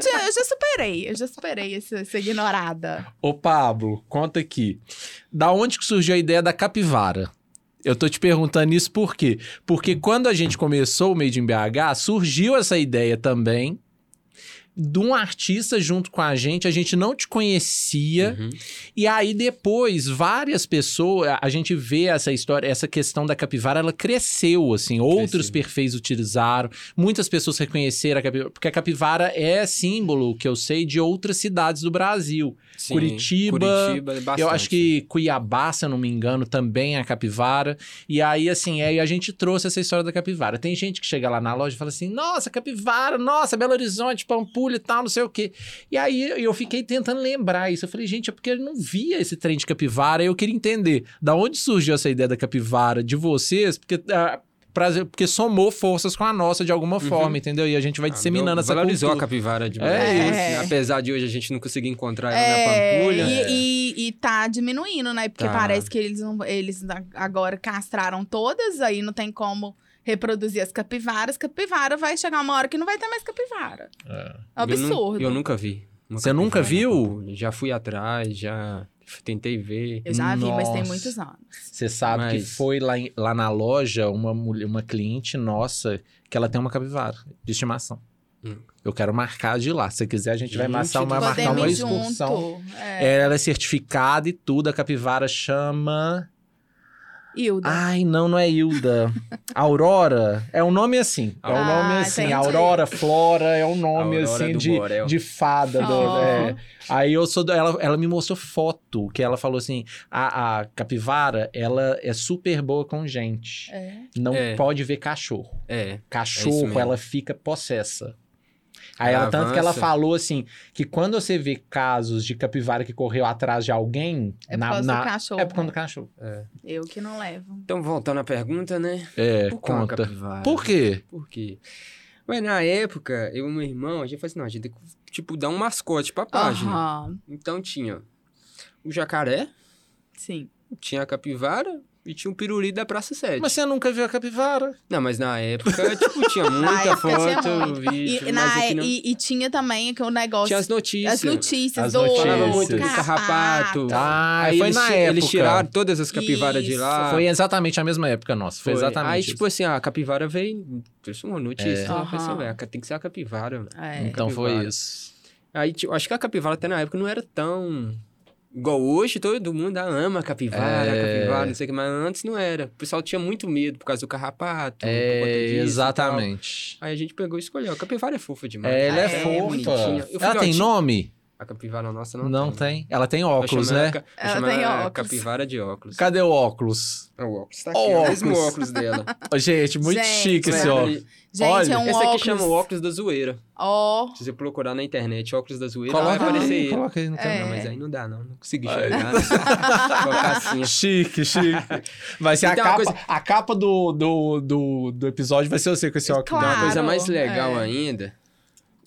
Speaker 4: já, eu já superei. Eu já superei essa, essa ignorada.
Speaker 3: Ô, Pablo, conta aqui. Da onde que surgiu a ideia da capivara? Eu tô te perguntando isso por quê? Porque quando a gente começou o Made in BH, surgiu essa ideia também de um artista junto com a gente, a gente não te conhecia.
Speaker 5: Uhum.
Speaker 3: E aí depois, várias pessoas, a- a gente vê essa história, essa questão da capivara, ela cresceu, assim, outros perfis utilizaram, muitas pessoas reconheceram a capivara, porque a capivara é símbolo, que eu sei, de outras cidades do Brasil.
Speaker 5: Sim,
Speaker 3: Curitiba,
Speaker 5: Curitiba é bastante.
Speaker 3: Eu acho que Cuiabá, se eu não me engano, também é a capivara. E aí, assim, é, e a gente trouxe essa história da capivara. Tem gente que chega lá na loja e fala assim, nossa, capivara, nossa, Belo Horizonte, Pampulha e tal, não sei o quê. E aí eu fiquei tentando lembrar isso. Eu falei, gente, é porque eu não via esse trem de capivara. Eu queria entender da onde surgiu essa ideia da capivara de vocês, porque... ah, pra- porque somou forças com a nossa de alguma forma, entendeu? E a gente vai
Speaker 5: Uhum. Ah,
Speaker 3: disseminando
Speaker 5: meu,
Speaker 3: essa
Speaker 5: Valorizou
Speaker 3: cultura.
Speaker 5: a capivara de
Speaker 3: É
Speaker 5: Brasília. assim,
Speaker 4: isso.
Speaker 5: Apesar de hoje a gente não conseguir encontrar ela
Speaker 4: É,
Speaker 5: na Pampulha.
Speaker 4: e, e- e tá diminuindo, né? Porque
Speaker 5: Tá.
Speaker 4: parece que eles, não- eles a- agora castraram todas, aí não tem como reproduzir as capivaras. Capivara vai chegar uma hora que não vai ter mais capivara. É um
Speaker 5: Eu nu-
Speaker 4: absurdo.
Speaker 5: Eu, nunca vi. uma
Speaker 3: Você nunca
Speaker 5: capivara
Speaker 3: viu?
Speaker 5: na Pampulha. Já fui atrás, já tentei ver.
Speaker 4: Eu já vi, mas tem
Speaker 3: Nossa.
Speaker 4: muitos anos.
Speaker 3: Você sabe que
Speaker 5: Mas-
Speaker 3: foi lá, em- lá na loja uma, mulher- uma cliente nossa que ela tem uma capivara de estimação.
Speaker 5: Hum.
Speaker 3: Eu quero marcar de lá. Se quiser, a gente vai,
Speaker 5: Gente
Speaker 3: marcar uma,
Speaker 5: do Vai
Speaker 3: marcar uma
Speaker 4: Podemos ir
Speaker 3: excursão.
Speaker 4: junto. É.
Speaker 3: Ela é certificada e tudo. A capivara chama.
Speaker 4: Hilda.
Speaker 3: Ai, não, não é Hilda. Aurora. É um nome assim. É um
Speaker 4: Ah,
Speaker 3: nome assim.
Speaker 4: entendi.
Speaker 3: Aurora Flora é um nome
Speaker 5: Aurora
Speaker 3: assim
Speaker 5: do
Speaker 3: de,
Speaker 5: Borel.
Speaker 3: de fada. do-
Speaker 4: Oh.
Speaker 3: é. Aí eu sou. do- Ela, ela me mostrou foto que ela falou assim: a, a capivara, ela é super boa com gente.
Speaker 4: É.
Speaker 3: Não
Speaker 5: É.
Speaker 3: pode ver cachorro.
Speaker 5: É. É isso
Speaker 3: Cachorro,
Speaker 5: mesmo.
Speaker 3: ela fica possessa. Aí
Speaker 5: Ela
Speaker 3: ela, tanto que ela
Speaker 5: avança.
Speaker 3: falou assim: que quando você vê casos de capivara que correu atrás de alguém.
Speaker 4: É por causa do cachorro.
Speaker 3: É por causa do cachorro.
Speaker 4: Eu que não levo.
Speaker 5: Então, voltando à pergunta, né?
Speaker 3: É,
Speaker 5: Por que uma capivara?
Speaker 3: Por quê?
Speaker 5: Por quê? Ué, na época, eu e meu irmão, a gente falou assim, não, a gente tem que, tipo, dar um mascote pra
Speaker 3: Ah,
Speaker 5: página.
Speaker 4: Aham,
Speaker 5: Então tinha o jacaré,
Speaker 4: Sim.
Speaker 5: tinha a capivara e tinha o piruri da Praça 7.
Speaker 3: Mas você nunca viu a capivara?
Speaker 5: Não, mas na época, tipo, tinha
Speaker 4: Na
Speaker 5: muita
Speaker 4: época tinha
Speaker 5: foto,
Speaker 4: muito. E,
Speaker 5: vídeo,
Speaker 4: na-
Speaker 5: mas aqui não...
Speaker 4: e- e tinha também que o negócio.
Speaker 5: Tinha as notícias.
Speaker 4: as notícias
Speaker 3: As
Speaker 4: do
Speaker 3: notícias.
Speaker 5: Falava muito do
Speaker 4: Carrapato.
Speaker 5: carrapato.
Speaker 3: Ah,
Speaker 5: Aí
Speaker 3: foi
Speaker 5: eles,
Speaker 3: na
Speaker 5: ti-
Speaker 3: época.
Speaker 5: Eles tiraram todas as capivaras de
Speaker 4: Isso.
Speaker 5: lá.
Speaker 3: Foi exatamente a mesma época nossa. Foi, exatamente.
Speaker 5: Aí,
Speaker 3: isso.
Speaker 5: tipo assim, a capivara veio, trouxe uma notícia. né? Eu falei assim,
Speaker 4: Aham.
Speaker 5: "Ué, tem que ser a capivara. mano."
Speaker 4: É.
Speaker 3: então foi
Speaker 5: capivara.
Speaker 3: isso.
Speaker 5: Aí, tipo, acho que a capivara até na época não era tão. Igual hoje, todo mundo "Ah, ama capivara,
Speaker 3: É.
Speaker 5: capivara, não sei o que, mas antes não era. O pessoal tinha muito medo por causa do carrapato. por conta
Speaker 3: É,
Speaker 5: disso e tal.
Speaker 3: exatamente.
Speaker 5: Aí a gente pegou e escolheu. A capivara é fofa demais.
Speaker 3: É, ela é,
Speaker 4: É,
Speaker 3: fofa.
Speaker 5: bonitinha. E o
Speaker 3: Ela tem
Speaker 5: filhote?
Speaker 3: nome?
Speaker 5: A capivara nossa não,
Speaker 3: Não, tem. Ela tem óculos, né?
Speaker 4: Ela
Speaker 5: Ela
Speaker 4: tem
Speaker 5: tem
Speaker 4: óculos.
Speaker 5: capivara de óculos.
Speaker 3: Cadê o óculos?
Speaker 5: Ah, O óculos tá
Speaker 3: Ó,
Speaker 5: aqui,
Speaker 3: o
Speaker 5: o mesmo
Speaker 3: óculos.
Speaker 5: óculos dela.
Speaker 3: Ô, Gente, muito
Speaker 4: Gente,
Speaker 3: chique esse
Speaker 4: Lembra?
Speaker 3: óculos.
Speaker 4: Gente,
Speaker 3: Olha,
Speaker 4: é um
Speaker 5: Esse
Speaker 4: óculos.
Speaker 5: aqui chama o óculos da zoeira.
Speaker 4: Ó,
Speaker 5: Se você procurar na internet óculos da zoeira, vai
Speaker 3: Coloca
Speaker 5: aparecer
Speaker 3: aí,
Speaker 5: ele.
Speaker 3: coloca aí no canal.
Speaker 4: É.
Speaker 5: Não, mas aí não dá, não. Não consegui
Speaker 3: Ai.
Speaker 5: chegar. Colocar assim.
Speaker 3: Chique, chique. Vai ser
Speaker 5: Então,
Speaker 3: a
Speaker 5: uma
Speaker 3: capa,
Speaker 5: coisa-
Speaker 3: a capa do, do, do, do episódio vai ser você com esse óculos. né?
Speaker 4: Claro.
Speaker 5: Uma coisa mais legal
Speaker 4: é.
Speaker 5: ainda,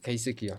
Speaker 5: que é isso aqui, ó.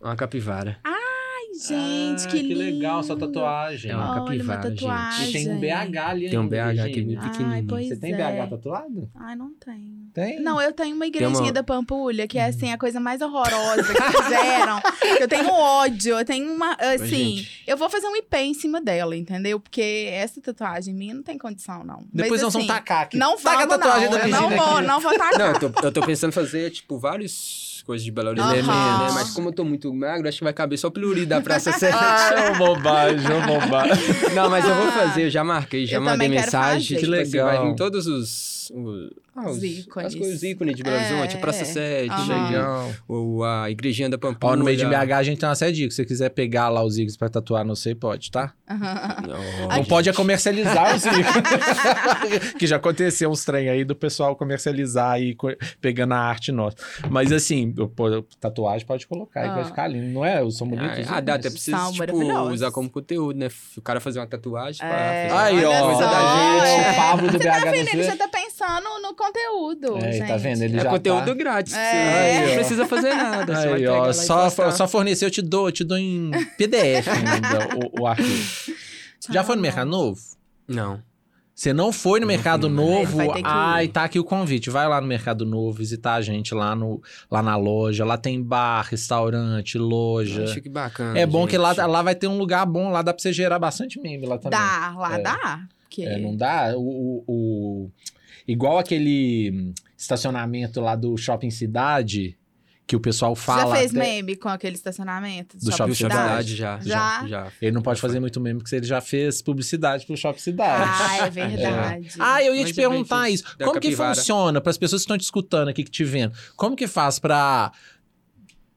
Speaker 5: Uma capivara.
Speaker 4: Ai, gente,
Speaker 3: Ah,
Speaker 4: que, lindo.
Speaker 3: tatuagem.
Speaker 5: É uma
Speaker 4: Olha,
Speaker 5: capivara,
Speaker 4: uma
Speaker 5: gente.
Speaker 4: tatuagem.
Speaker 3: E tem um BH ali.
Speaker 5: Tem um BH aqui
Speaker 3: Virgínia.
Speaker 5: bem
Speaker 4: Ai,
Speaker 5: pequenininho.
Speaker 4: pois
Speaker 3: Você tem
Speaker 4: é.
Speaker 3: BH tatuado?
Speaker 4: Ai, não tenho.
Speaker 3: Tem. Uhum.
Speaker 4: Não, eu tenho uma
Speaker 5: uma-
Speaker 4: igrejinha da Pampulha, que é assim, a coisa mais horrorosa que fizeram. eu tenho ódio, eu tenho uma, assim...
Speaker 5: Gente.
Speaker 4: Eu vou fazer um IP em cima dela, entendeu? Porque essa tatuagem minha não tem condição, não.
Speaker 3: Depois
Speaker 4: Mas,
Speaker 3: nós vamos
Speaker 4: assim,
Speaker 3: tacar aqui.
Speaker 4: Não
Speaker 3: Taca
Speaker 4: vamos,
Speaker 3: a tatuagem
Speaker 4: não.
Speaker 3: da
Speaker 4: Eu
Speaker 3: Virgínia
Speaker 4: não vou,
Speaker 3: aqui.
Speaker 4: não vou tacar.
Speaker 5: Não, eu tô, eu tô pensando em fazer, tipo, várias coisas de Belo Horizonte,
Speaker 4: Aham.
Speaker 5: né? Mas como eu tô muito magro, acho que vai caber só o pluri da Praça 7.
Speaker 3: Ah, bobagem, ô bobagem.
Speaker 5: Não, mas eu vou
Speaker 4: Ah.
Speaker 5: fazer, eu já marquei, já
Speaker 4: Eu
Speaker 5: mandei
Speaker 4: também quero
Speaker 5: mensagem.
Speaker 4: fazer.
Speaker 5: tipo
Speaker 3: Que
Speaker 5: assim,
Speaker 3: legal.
Speaker 5: vai vir todos os. os, ah,
Speaker 4: Os
Speaker 5: os
Speaker 4: ícones.
Speaker 5: As coisas ícones de Belo
Speaker 4: É,
Speaker 5: Horizonte, Praça
Speaker 4: é.
Speaker 5: 7,
Speaker 4: Aham.
Speaker 3: Legal.
Speaker 5: ou a Igrejinha da Pampulha.
Speaker 3: Ó, no meio de BH a gente tem uma série de dicas. Se você quiser pegar lá os ícones pra tatuar, não sei, pode, tá?
Speaker 4: Aham.
Speaker 5: Não,
Speaker 3: Não pode é comercializar os ícones. que já aconteceu uns trem aí do pessoal comercializar e co- pegando a arte nossa. Mas assim, eu- pô, tatuagem pode colocar, aí
Speaker 4: Ah.
Speaker 3: vai ficar lindo. Não é? Eu sou bonito.
Speaker 5: Ah, ah, dá, até precisa
Speaker 4: São
Speaker 5: tipo,
Speaker 4: maravilhosos.
Speaker 5: usar como conteúdo, né? O cara fazer uma tatuagem. pá,
Speaker 4: É,
Speaker 5: fazer uma
Speaker 3: Aí,
Speaker 4: olha
Speaker 3: ó.
Speaker 4: só,
Speaker 3: Coisa da gente,
Speaker 4: é.
Speaker 3: o Pablo do
Speaker 4: Você tá
Speaker 3: BH
Speaker 4: vendo? Ele
Speaker 3: dos
Speaker 4: já tá pensando no conteúdo,
Speaker 3: É,
Speaker 4: gente.
Speaker 3: tá vendo? Ele
Speaker 5: É
Speaker 3: já
Speaker 5: conteúdo
Speaker 3: tá...
Speaker 5: grátis.
Speaker 4: É.
Speaker 5: você
Speaker 3: Aí, ó.
Speaker 5: não precisa fazer nada. você vai
Speaker 3: Aí,
Speaker 5: pegar lá
Speaker 3: ó,
Speaker 5: e
Speaker 3: só,
Speaker 5: postar.
Speaker 3: só fornecer, eu te dou, eu te dou em PDF ainda, o, o arquivo. Já foi no Mercado Novo?
Speaker 5: Não.
Speaker 3: Você não foi no
Speaker 5: Não
Speaker 3: Mercado
Speaker 5: fui, não.
Speaker 3: Novo?
Speaker 4: Vai ter que ir.
Speaker 3: Ai, tá aqui o convite. Vai lá no Mercado Novo visitar a gente lá, no, lá na loja. Lá tem bar, restaurante,
Speaker 4: Tá
Speaker 3: loja.
Speaker 5: Acho que bacana.
Speaker 3: é bom que lá,
Speaker 5: gente.
Speaker 3: lá vai ter um lugar bom, lá dá pra você gerar bastante meme lá também.
Speaker 4: Dá, lá
Speaker 3: É.
Speaker 4: dá. Porque...
Speaker 3: É, não dá? O, o- o- Igual aquele hum, estacionamento lá do Shopping Cidade, que o pessoal
Speaker 4: Você
Speaker 3: fala.
Speaker 4: já fez
Speaker 3: até-
Speaker 4: meme com aquele estacionamento?
Speaker 3: Do Shopping
Speaker 5: Shopping
Speaker 3: Cidade.
Speaker 5: Cidade já.
Speaker 4: Já?
Speaker 5: é Já.
Speaker 3: Ele não pode fazer muito meme, porque ele já fez publicidade pro Shopping Cidade.
Speaker 4: Ah, é verdade.
Speaker 3: Ah, eu ia te
Speaker 5: Mas é bem
Speaker 3: perguntar
Speaker 5: que-
Speaker 3: isso.
Speaker 5: da
Speaker 3: Como que
Speaker 5: capivara.
Speaker 3: funciona para as pessoas que estão te escutando aqui, que te vendo? Como que faz pra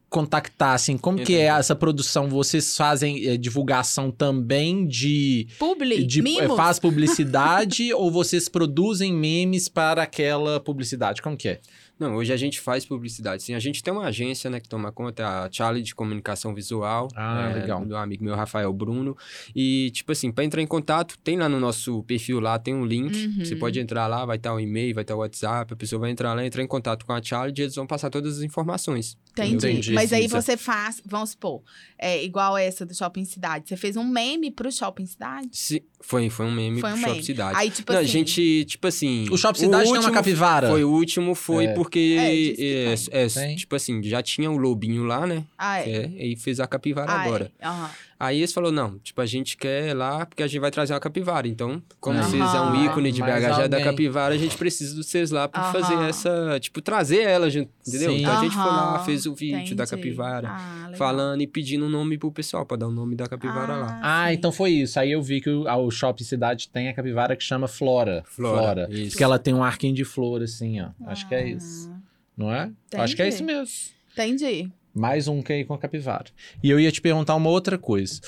Speaker 3: contactar, assim? Como que é
Speaker 5: Entendi.
Speaker 3: essa produção? Vocês fazem eh, divulgação também de...
Speaker 4: Publi,
Speaker 3: de eh,
Speaker 4: mimos.
Speaker 3: faz publicidade ou vocês produzem memes para aquela publicidade? Como que é?
Speaker 5: Não, hoje a gente faz publicidade. Sim, a gente tem uma agência, né, que toma conta, a Charlie de Comunicação Visual.
Speaker 3: Ah,
Speaker 5: é,
Speaker 3: legal.
Speaker 5: Do amigo meu, Rafael Bruno. E, tipo assim, para entrar em contato, tem lá no nosso perfil lá, tem um link.
Speaker 4: Uhum.
Speaker 5: Você pode entrar lá, vai estar o e-mail, vai estar o WhatsApp. A pessoa vai entrar lá, entrar em contato com a Charlie e eles vão passar todas as informações.
Speaker 4: Entendi.
Speaker 3: Entendi.
Speaker 4: Mas aí
Speaker 5: Isso.
Speaker 4: você faz, vamos supor, é igual essa do Shopping Cidade. Você fez um meme pro Shopping Cidade?
Speaker 5: Se- foi, foi um meme
Speaker 4: Foi um
Speaker 5: pro
Speaker 4: meme.
Speaker 5: Shop Cidade.
Speaker 4: Aí, tipo
Speaker 5: Não,
Speaker 4: assim.
Speaker 5: a gente, tipo assim...
Speaker 3: O Shopping Cidade tem uma
Speaker 5: último
Speaker 3: capivara.
Speaker 5: Foi o último, foi
Speaker 3: É.
Speaker 4: É,
Speaker 5: porque.
Speaker 4: diz que
Speaker 5: é, é,
Speaker 3: Tem.
Speaker 5: tipo assim, já tinha o lobinho lá, né?
Speaker 4: Ah, é.
Speaker 5: É, e fez a capivara
Speaker 4: Ah, é.
Speaker 5: agora.
Speaker 4: Aham.
Speaker 5: Aí eles falaram: não, tipo, a gente quer lá porque a gente vai trazer uma capivara. Então, como
Speaker 3: Aham.
Speaker 5: vocês é um ícone de BH
Speaker 3: Mais
Speaker 5: já da
Speaker 3: alguém.
Speaker 5: capivara, a gente precisa dos vocês lá pra
Speaker 4: Aham.
Speaker 5: fazer essa. Tipo, trazer ela, gente, entendeu?
Speaker 3: Sim.
Speaker 5: Então a gente foi lá,
Speaker 4: Aham,
Speaker 5: fez o vídeo da
Speaker 4: entendi.
Speaker 5: capivara,
Speaker 4: Ah, legal.
Speaker 5: falando e pedindo o nome pro pessoal, pra dar o nome da capivara lá.
Speaker 3: Ah,
Speaker 4: sim.
Speaker 3: então foi isso. Aí eu vi que o, a- o Shopping Cidade tem a capivara que chama Flora.
Speaker 5: Flora. Isso.
Speaker 3: Porque ela tem um arquinho de flor, assim, ó. Acho que é isso.
Speaker 4: Ah,
Speaker 3: Não é? Acho que é isso
Speaker 4: Entendi.
Speaker 3: mesmo.
Speaker 4: Entendi.
Speaker 3: Mais um que aí com a capivara. E eu ia te perguntar uma outra coisa.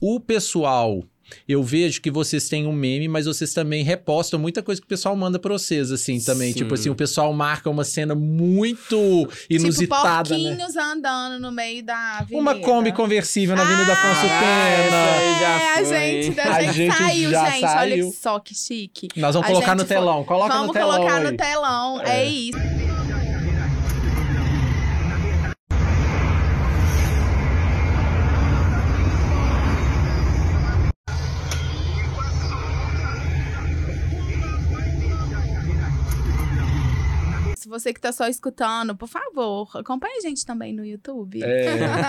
Speaker 3: O pessoal, eu vejo que vocês têm um meme, mas vocês também repostam muita coisa que o pessoal manda pra vocês, assim, também.
Speaker 5: Sim.
Speaker 3: Tipo assim, o pessoal marca uma cena muito inusitada,
Speaker 4: tipo,
Speaker 3: né?
Speaker 4: porquinhos andando no meio da avenida.
Speaker 3: Uma Kombi conversível na Avenida Afonso
Speaker 4: Ah,
Speaker 3: Pena.
Speaker 5: Aí já
Speaker 4: É, a
Speaker 5: foi.
Speaker 4: gente,
Speaker 3: A
Speaker 4: a gente,
Speaker 3: gente
Speaker 4: saiu,
Speaker 3: já
Speaker 4: gente.
Speaker 3: saiu.
Speaker 4: Olha só que chique.
Speaker 3: Nós vamos
Speaker 4: A
Speaker 3: colocar
Speaker 4: gente
Speaker 3: no
Speaker 4: foi-
Speaker 3: telão. Coloca
Speaker 4: Vamos
Speaker 3: no telão
Speaker 4: colocar
Speaker 3: aí.
Speaker 4: no telão. É, isso. Se Você que tá só escutando, por favor, acompanhe a gente também no YouTube.
Speaker 3: É.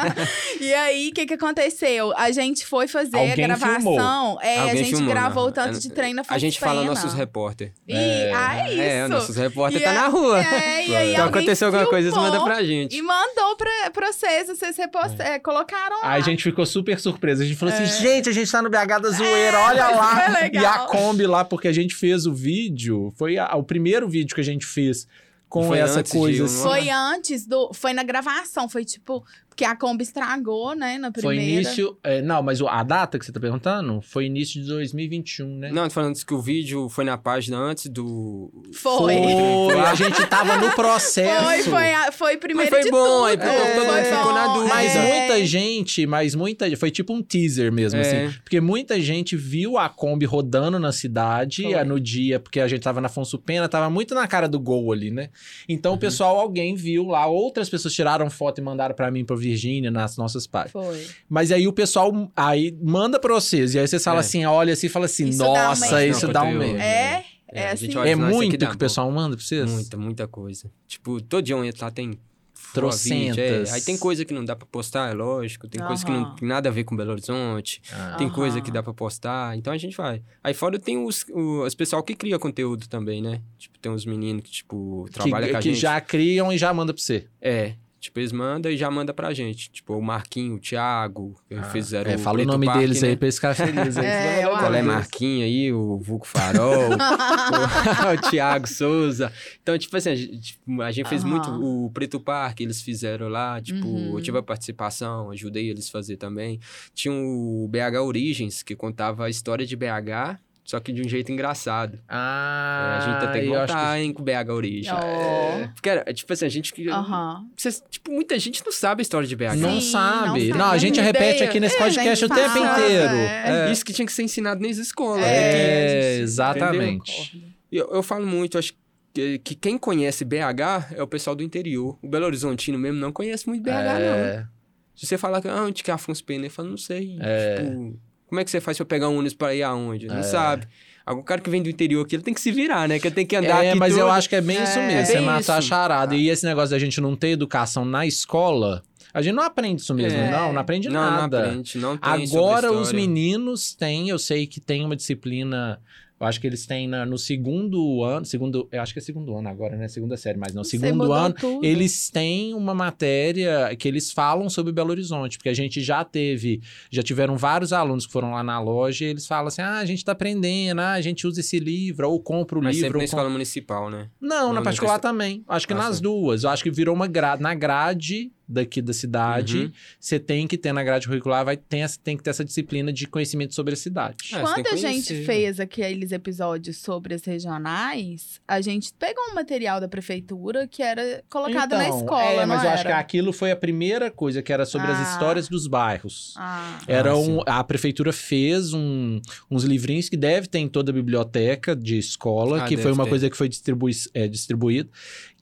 Speaker 4: e aí, o que, que aconteceu? A gente foi fazer
Speaker 3: Alguém
Speaker 4: a gravação.
Speaker 3: filmou.
Speaker 4: É, a
Speaker 5: Alguém
Speaker 4: gente
Speaker 5: filmou,
Speaker 4: gravou
Speaker 5: né?
Speaker 4: o tanto de trem na
Speaker 5: A gente fala
Speaker 4: Fontes
Speaker 5: nossos
Speaker 4: Ah, Pena.
Speaker 5: repórter.
Speaker 4: E, ah, é isso.
Speaker 5: É, nossos repórter
Speaker 4: E
Speaker 5: tá
Speaker 4: a-
Speaker 5: na rua.
Speaker 4: É, e aí
Speaker 5: Então
Speaker 4: alguém
Speaker 5: aconteceu alguma coisa, eles
Speaker 4: filmou
Speaker 5: mandam pra gente.
Speaker 4: E mandou pra, pra vocês, vocês repost... é, colocaram lá.
Speaker 3: Aí a gente ficou super surpresa. A gente falou assim: gente, a gente tá no BH da zoeira, olha
Speaker 4: É. foi
Speaker 3: lá.
Speaker 4: legal.
Speaker 3: E a Kombi lá, porque a gente fez o vídeo, foi a- o primeiro vídeo que a gente fez com
Speaker 5: Foi
Speaker 3: essa
Speaker 5: antes de
Speaker 3: coisa.
Speaker 5: um-
Speaker 3: assim.
Speaker 4: Foi antes do... Foi na gravação, foi tipo... Porque a Kombi estragou, né, na
Speaker 3: Foi
Speaker 4: primeira.
Speaker 3: início. é, não, mas o- a data que você tá perguntando foi início de 2021, né?
Speaker 5: Não, tô falando que o vídeo foi na página antes do.
Speaker 4: Foi.
Speaker 3: Foi, A gente tava no processo.
Speaker 4: Foi, foi, a- foi primeiro
Speaker 5: foi
Speaker 4: de
Speaker 5: bom,
Speaker 4: tudo.
Speaker 3: é,
Speaker 5: aí todo- todo mundo
Speaker 4: foi
Speaker 5: ficou na
Speaker 4: bom,
Speaker 5: dúvida.
Speaker 3: Mas
Speaker 4: é.
Speaker 3: muita gente, mas muita Foi tipo um teaser mesmo,
Speaker 5: É.
Speaker 3: assim. Porque muita gente viu a Kombi rodando na cidade
Speaker 5: Foi.
Speaker 3: eh, no dia, porque a gente tava na Afonso Pena, tava muito na cara do gol ali, né? Então
Speaker 5: Uhum.
Speaker 3: o pessoal, alguém viu lá, outras pessoas tiraram foto e mandaram pra mim, pra Virgínia, nas nossas páginas.
Speaker 4: Foi.
Speaker 3: Mas aí o pessoal aí manda pra vocês, e aí vocês falam
Speaker 5: É.
Speaker 3: assim, olha assim e fala assim,
Speaker 4: Isso dá
Speaker 3: nossa,
Speaker 4: uma-
Speaker 3: isso dá um
Speaker 5: Conteúdo.
Speaker 3: medo.
Speaker 4: É, é,
Speaker 5: É, a
Speaker 4: assim.
Speaker 5: gente
Speaker 3: É,
Speaker 5: olha- Mas É, isso aqui
Speaker 3: muito
Speaker 5: dá
Speaker 3: que o
Speaker 5: bom.
Speaker 3: pessoal manda pra vocês?
Speaker 5: Muita, muita coisa. Tipo, todo dia eu entro lá, tem Foavit,
Speaker 3: Trocentas.
Speaker 5: é. Aí tem coisa que não dá pra postar, é lógico. Tem coisa que não
Speaker 2: Aham.
Speaker 5: tem nada a ver com Belo Horizonte.
Speaker 3: Ah.
Speaker 5: Tem coisa
Speaker 2: Aham.
Speaker 5: que dá pra postar. Então a gente vai. Aí fora tem os, o, os pessoal que cria conteúdo também, né? Tipo, tem uns meninos que, tipo, trabalham
Speaker 3: que,
Speaker 5: com a
Speaker 3: que
Speaker 5: gente.
Speaker 3: já criam e já manda pra você.
Speaker 5: É. Tipo, eles mandam e já mandam pra gente. Tipo, o Marquinho, o Thiago, que fizeram
Speaker 3: É,
Speaker 5: o
Speaker 3: fala o
Speaker 5: Preto
Speaker 3: nome
Speaker 5: Parque,
Speaker 3: deles
Speaker 5: né?
Speaker 3: aí pra eles ficarem felizes. aí.
Speaker 4: É, eu
Speaker 5: Qual é
Speaker 4: acho.
Speaker 5: Marquinho aí, o Vulco Farol, o, o Thiago Souza. Então, tipo assim, a gente, a gente fez
Speaker 2: Aham.
Speaker 5: muito o Preto Parque, eles fizeram lá, tipo,
Speaker 2: Uhum.
Speaker 5: eu tive a participação, ajudei eles a fazer também. Tinha o BH Origens, que contava a história de BH, só que de um jeito engraçado. É,
Speaker 3: Ah,
Speaker 5: a gente tem que
Speaker 3: eu acho
Speaker 5: voltar, hein, com o BH Origens.
Speaker 2: Oh.
Speaker 5: Porque, era, tipo assim, a gente... que-
Speaker 2: Aham.
Speaker 5: vocês- tipo, muita gente não sabe a história de Né? BH.
Speaker 3: Não
Speaker 4: Sim,
Speaker 3: sabe.
Speaker 4: não
Speaker 3: Não, a
Speaker 4: sabe.
Speaker 3: gente
Speaker 5: Não tem
Speaker 3: repete
Speaker 5: ideia.
Speaker 3: aqui nesse
Speaker 4: É,
Speaker 3: podcast o
Speaker 4: nem
Speaker 3: tempo
Speaker 4: fala,
Speaker 3: inteiro.
Speaker 4: é.
Speaker 5: Isso que tinha que ser ensinado nas escolas. né? Que-
Speaker 3: É,
Speaker 5: Entendeu?
Speaker 3: exatamente.
Speaker 5: E Eu, eu falo muito, acho que, que quem conhece BH é o pessoal do interior. O Belo Horizontino mesmo não conhece muito BH, não.
Speaker 3: É,
Speaker 5: Se você falar que ah, onde que é Afonso Pena, ele fala, não sei.
Speaker 3: É.
Speaker 5: Tipo, como é que você faz pra pegar um ônibus pra ir aonde? Não sabe. Algum cara que vem do interior aqui, ele tem que se virar, né? Que ele tem que andar
Speaker 3: É,
Speaker 5: aqui
Speaker 3: mas
Speaker 5: tudo.
Speaker 3: eu acho que é bem isso
Speaker 4: É,
Speaker 3: mesmo. Você
Speaker 5: bem
Speaker 3: matou a
Speaker 5: isso.
Speaker 3: charada. E esse negócio da gente não ter educação na escola, a gente não aprende isso mesmo,
Speaker 5: É.
Speaker 3: não. Não aprende
Speaker 5: não,
Speaker 3: nada.
Speaker 5: Não aprende, não tem sobre
Speaker 3: Agora os
Speaker 5: história.
Speaker 3: meninos têm, eu sei que tem uma disciplina. Eu acho que eles têm na- no segundo ano. Segundo, eu acho que é segundo ano agora, né? Segunda série, mas não. Segundo ano, eles têm uma matéria que eles falam sobre Belo Horizonte, porque a gente já teve, já tiveram vários alunos que foram lá na loja e eles falam assim: ah, a gente tá aprendendo, ah, a gente usa esse livro, ou compra o
Speaker 5: Mas
Speaker 3: livro.
Speaker 5: sempre na
Speaker 3: ou compra-
Speaker 5: escola municipal, né?
Speaker 3: Não, na
Speaker 5: Não,
Speaker 3: particular
Speaker 5: nunca-
Speaker 3: também. Acho que
Speaker 5: Ah,
Speaker 3: nas
Speaker 5: sim.
Speaker 3: duas. Eu acho que virou uma grade. Na grade daqui da cidade,
Speaker 5: Uhum.
Speaker 3: você tem que ter na grade curricular, vai, tem, essa- tem que ter essa disciplina de conhecimento sobre a cidade.
Speaker 5: É.
Speaker 4: Quando
Speaker 5: tem
Speaker 4: a
Speaker 5: que
Speaker 4: gente
Speaker 5: conhecer.
Speaker 4: fez aqueles episódios sobre as regionais, a gente pegou um material da prefeitura que era colocado na
Speaker 3: Então,
Speaker 4: escola,
Speaker 3: é,
Speaker 4: não
Speaker 3: mas eu
Speaker 4: era?
Speaker 3: acho que aquilo foi a primeira coisa, que era sobre as
Speaker 4: Ah.
Speaker 3: histórias dos bairros.
Speaker 4: Ah,
Speaker 3: Era
Speaker 5: Ah,
Speaker 3: um, a prefeitura fez um- uns livrinhos que deve ter em toda a biblioteca de escola,
Speaker 5: Ah,
Speaker 3: que
Speaker 5: deve
Speaker 3: foi uma
Speaker 5: ter.
Speaker 3: coisa que foi distribui, é, distribuída,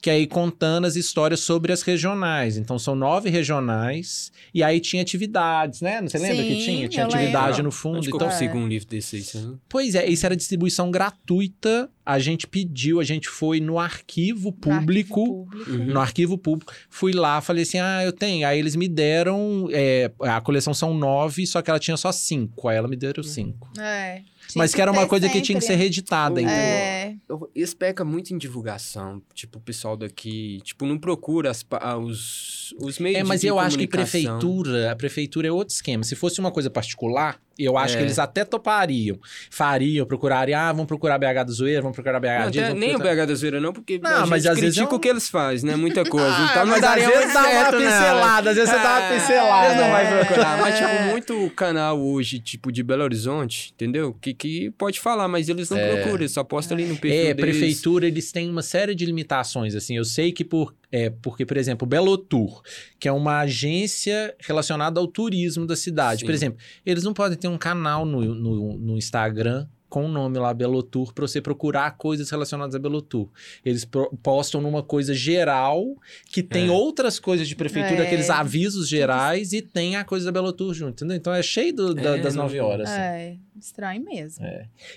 Speaker 3: que aí contando as histórias sobre as regionais. Então são nove regionais, e aí tinha atividades, né? Você lembra que
Speaker 4: Sim,
Speaker 3: tinha? Tinha
Speaker 4: eu
Speaker 3: atividade
Speaker 5: lembro.
Speaker 3: no fundo.
Speaker 5: Onde que eu
Speaker 3: Então,
Speaker 5: consigo um livro desse aí? você não-
Speaker 3: pois é, isso era distribuição gratuita. A gente pediu, a gente foi no arquivo
Speaker 4: no arquivo
Speaker 3: público
Speaker 4: público.
Speaker 5: Uhum.
Speaker 3: no arquivo público. Fui lá, falei assim: ah, eu tenho. Aí eles me deram. é, a coleção são nove, só que ela tinha só cinco. Aí ela me deram cinco.
Speaker 4: É. Tinha
Speaker 3: Mas que era uma
Speaker 4: ter
Speaker 3: coisa que tinha que ser
Speaker 4: sempre. né?
Speaker 3: reeditada,
Speaker 5: O-
Speaker 3: entendeu?
Speaker 4: É.
Speaker 5: Eu- Eles pecam muito em divulgação. Tipo, o pessoal daqui, tipo, não procura as pa- ah, os, os meios
Speaker 3: É, mas
Speaker 5: de
Speaker 3: eu acho que
Speaker 5: comunicação.
Speaker 3: prefeitura, a prefeitura é outro esquema. Se fosse uma coisa particular, eu acho
Speaker 5: É.
Speaker 3: que eles até topariam. Fariam, procurariam, ah, vamos procurar BH do Zoeiro, vamos procurar BH
Speaker 5: Não,
Speaker 3: disso,
Speaker 5: até,
Speaker 3: vamos
Speaker 5: nem o
Speaker 3: procurar-
Speaker 5: BH da zoeira, não, porque
Speaker 3: é Não,
Speaker 5: a gente
Speaker 3: mas às vezes
Speaker 5: critica
Speaker 3: é um- Ah,
Speaker 5: o que eles fazem, né? Muita coisa. então,
Speaker 3: mas às vezes dá uma pincelada, né? às vezes você dá uma pincelada.
Speaker 5: Eles né? Ah, não vai
Speaker 4: É.
Speaker 5: procurar. Mas, tipo, muito canal hoje, tipo, de Belo Horizonte, entendeu? Que, que pode falar, mas eles não procuram, eles só postam ali no perfil
Speaker 3: É,
Speaker 5: deles.
Speaker 3: prefeitura, eles têm uma série de limitações, assim. Eu sei que por... É, porque, por exemplo, o Belotur, que é uma agência relacionada ao turismo da cidade.
Speaker 5: Sim.
Speaker 3: Por exemplo, eles não podem ter um canal no, no, no Instagram com o nome lá Belotur para você procurar coisas relacionadas a Belotur. Eles pro- postam numa coisa geral que tem
Speaker 5: É.
Speaker 3: outras coisas de prefeitura,
Speaker 4: É.
Speaker 3: aqueles avisos gerais e tem a coisa da Belotur junto, entendeu? Então é cheio do- da-
Speaker 5: É,
Speaker 3: das
Speaker 5: não-
Speaker 3: nove horas. assim.
Speaker 4: É, estranho mesmo.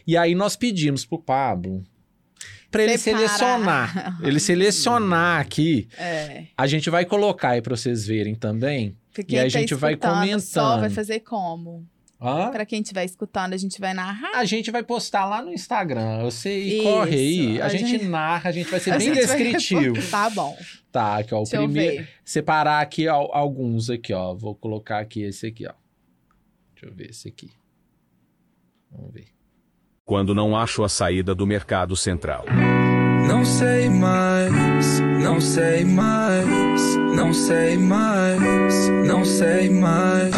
Speaker 3: E aí nós pedimos pro Pablo para ele
Speaker 4: Separar.
Speaker 3: selecionar. Ele selecionar aqui.
Speaker 4: É.
Speaker 3: A gente vai colocar aí pra vocês verem também.
Speaker 4: Porque
Speaker 3: E aí a
Speaker 4: quem tá
Speaker 3: gente vai
Speaker 4: escutando Só
Speaker 3: comentando.
Speaker 4: vai fazer como?
Speaker 3: Hã?
Speaker 4: Pra quem estiver escutando, a gente vai narrar.
Speaker 3: A gente vai postar lá no Instagram. Você
Speaker 4: Isso,
Speaker 3: corre aí. A,
Speaker 4: a
Speaker 3: gente,
Speaker 4: gente-
Speaker 3: narra, a gente vai ser
Speaker 4: A
Speaker 3: bem
Speaker 4: gente vai-
Speaker 3: descritivo.
Speaker 4: Tá bom.
Speaker 3: Tá, aqui, ó. O
Speaker 4: Deixa
Speaker 3: primeiro.
Speaker 4: eu ver.
Speaker 3: Separar aqui al- alguns aqui, ó. Vou colocar aqui esse aqui, ó. Deixa eu ver esse aqui. Vamos ver.
Speaker 7: Quando não acho a saída do mercado central.
Speaker 8: Não sei mais, não sei mais, não sei mais, não sei mais.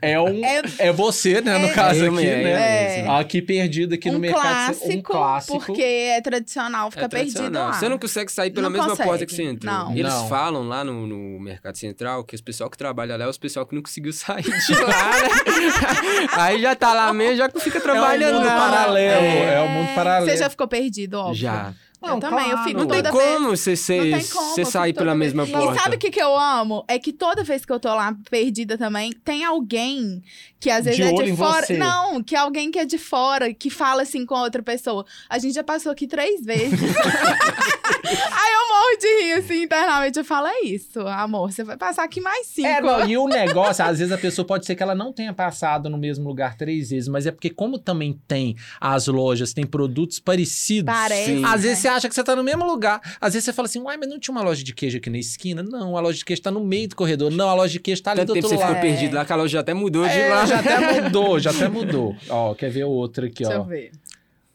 Speaker 3: É um. É,
Speaker 4: É-
Speaker 3: você, né? No
Speaker 4: é-
Speaker 3: caso aqui,
Speaker 5: Eu mesmo,
Speaker 3: né?
Speaker 5: eu mesmo.
Speaker 3: Aqui perdido aqui no
Speaker 4: um,
Speaker 3: mercado.
Speaker 4: clássico,
Speaker 3: central. Um clássico.
Speaker 4: porque é tradicional ficar
Speaker 5: É
Speaker 4: perdido
Speaker 5: tradicional.
Speaker 4: lá.
Speaker 5: Você não consegue sair pela
Speaker 4: Não
Speaker 5: mesma
Speaker 4: consegue,
Speaker 5: porta que você entrou.
Speaker 4: não.
Speaker 5: Eles
Speaker 3: Não.
Speaker 5: falam lá no, no Mercado Central que os pessoal que trabalha lá é os pessoal que não conseguiu sair de lá, né? Aí já tá lá mesmo, já fica
Speaker 3: É um
Speaker 5: trabalhando
Speaker 3: mundo
Speaker 5: lá.
Speaker 3: paralelo. É, o mundo paralelo.
Speaker 4: Você já ficou perdido, óbvio.
Speaker 5: Já.
Speaker 4: eu também, eu fico
Speaker 5: Não tem
Speaker 4: toda vez...
Speaker 5: como você
Speaker 4: tem
Speaker 5: ser-
Speaker 4: como,
Speaker 5: você
Speaker 4: eu
Speaker 5: sair
Speaker 4: fico
Speaker 5: pela
Speaker 4: toda
Speaker 5: mesma porta.
Speaker 4: E sabe o que, que eu amo? É que toda vez que eu tô lá perdida também, tem alguém que às vezes
Speaker 6: De
Speaker 4: é
Speaker 6: olho
Speaker 4: de
Speaker 6: em
Speaker 4: fora.
Speaker 6: você.
Speaker 4: Não, que alguém que é de fora, que fala assim com a outra pessoa. A gente já passou aqui três vezes. Aí eu morro de rir, assim, internamente. Eu falo, é isso, amor, você vai passar aqui mais cinco.
Speaker 6: É, não,
Speaker 3: E o negócio, às vezes a pessoa pode ser que ela não tenha passado no mesmo lugar três vezes, mas é porque, como também tem as lojas, tem produtos parecidos.
Speaker 4: Parece. né?
Speaker 5: Sim.
Speaker 3: Às vezes você acha que você tá no mesmo lugar. Às vezes você fala assim, uai, mas não tinha uma loja de queijo aqui na esquina? Não, a loja de queijo tá no meio do corredor. Não, a loja de queijo tá ali
Speaker 5: Tanto
Speaker 3: do
Speaker 5: tempo
Speaker 3: outro
Speaker 5: você
Speaker 3: lado.
Speaker 5: ficou perdido lá, que a loja já até mudou de
Speaker 3: É,
Speaker 5: lá.
Speaker 3: já até mudou, já até mudou. Ó, quer ver outro aqui,
Speaker 4: Deixa eu
Speaker 3: ó.
Speaker 4: ver.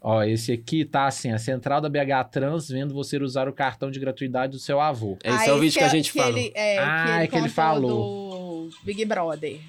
Speaker 3: Ó, esse aqui tá assim, a central da BH Trans vendo você usar o cartão de gratuidade do seu avô.
Speaker 4: Ah,
Speaker 5: Esse é o vídeo que a gente
Speaker 4: que
Speaker 5: fala.
Speaker 4: Ele, é,
Speaker 3: Ah,
Speaker 4: que ele,
Speaker 3: é que ele
Speaker 4: contou
Speaker 3: falou.
Speaker 4: Do Big Brother.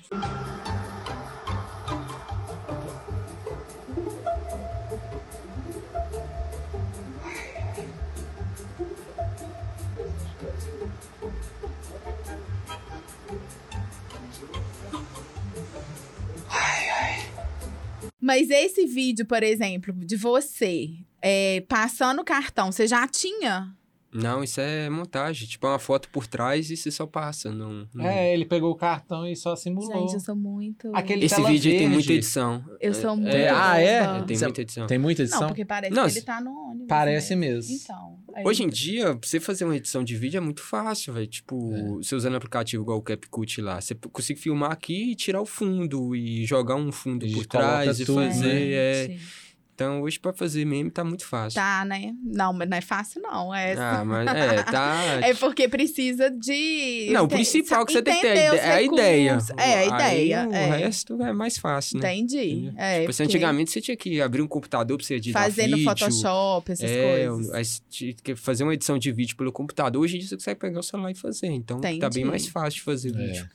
Speaker 4: Mas esse vídeo, por exemplo, de você é, passando o cartão, você já tinha
Speaker 5: Não, isso é montagem. Tipo, é uma foto por trás e você só passa. Não,
Speaker 3: Hum.
Speaker 5: não-
Speaker 6: É, ele pegou o cartão e só
Speaker 3: Uhum.
Speaker 6: simulou.
Speaker 4: Gente, eu sou muito.
Speaker 6: Aquele
Speaker 5: Esse
Speaker 6: tela
Speaker 5: vídeo tem
Speaker 6: verde.
Speaker 5: muita edição.
Speaker 4: Eu sou muito.
Speaker 3: ah, tá é?
Speaker 4: boba.
Speaker 5: Tem
Speaker 3: Cê-
Speaker 5: muita edição.
Speaker 3: Tem muita edição?
Speaker 4: Não, porque parece
Speaker 5: Não,
Speaker 4: que
Speaker 5: se-
Speaker 4: ele tá no ônibus.
Speaker 6: Parece mesmo.
Speaker 4: Então. aí-
Speaker 5: Hoje em dia, pra você fazer uma edição de vídeo é muito fácil, velho.
Speaker 3: É.
Speaker 5: Tipo, você usando aplicativo igual o CapCut lá, você p- consegue filmar aqui e tirar o fundo e jogar um fundo
Speaker 3: E
Speaker 5: por
Speaker 3: coloca
Speaker 5: trás e
Speaker 3: tudo, né?
Speaker 5: fazer. é.
Speaker 4: Gente,
Speaker 5: Então, hoje pra fazer meme tá muito fácil.
Speaker 4: Tá, né? Não, mas não é fácil, não. É,
Speaker 5: Ah, mas é, tá.
Speaker 4: é porque precisa de.
Speaker 5: Não, o
Speaker 4: Tem-
Speaker 5: principal que você tem que ter
Speaker 4: entender
Speaker 5: é
Speaker 4: os
Speaker 5: a ideia.
Speaker 4: recursos. É, a ideia.
Speaker 5: Aí,
Speaker 4: é.
Speaker 5: O resto é mais fácil, né?
Speaker 4: Entendi.
Speaker 5: Entendeu?
Speaker 4: É,
Speaker 5: Tipo, você
Speaker 4: porque
Speaker 5: antigamente você tinha que abrir um computador pra você editar
Speaker 4: Fazer no
Speaker 5: vídeo.
Speaker 4: Photoshop, essas
Speaker 5: é,
Speaker 4: coisas.
Speaker 5: aí você tinha que fazer uma edição de vídeo pelo computador, hoje em dia você consegue pegar o celular e fazer. Então tá
Speaker 4: Entendi.
Speaker 5: bem mais fácil de
Speaker 3: É.
Speaker 5: fazer vídeo.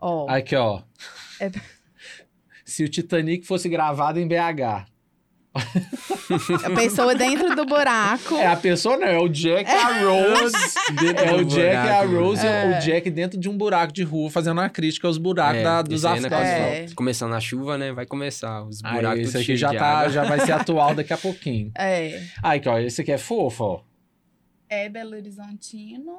Speaker 4: Ó,
Speaker 3: Aqui, ó.
Speaker 4: É.
Speaker 3: Se o Titanic fosse gravado em BH.
Speaker 4: a pessoa dentro do buraco.
Speaker 3: É a pessoa, não, é o Jack e a Rose. é o
Speaker 5: do
Speaker 3: Jack e a
Speaker 5: buraco,
Speaker 3: Rose,
Speaker 4: né?
Speaker 3: o Jack dentro de um buraco de rua, fazendo uma crítica aos buracos
Speaker 5: É,
Speaker 3: da- tá dos
Speaker 5: esse aí ainda
Speaker 3: asfaltos.
Speaker 5: quase
Speaker 4: É.
Speaker 5: volta. Começando na chuva, né? Vai começar os
Speaker 3: Aí,
Speaker 5: buracos
Speaker 3: esse
Speaker 5: tudo
Speaker 3: aqui
Speaker 5: cheio
Speaker 3: já,
Speaker 5: de
Speaker 3: tá,
Speaker 5: água.
Speaker 3: já vai ser atual daqui a pouquinho.
Speaker 4: É.
Speaker 3: Aí, aqui, ó, esse aqui é fofo, ó.
Speaker 4: é Belo Horizontino,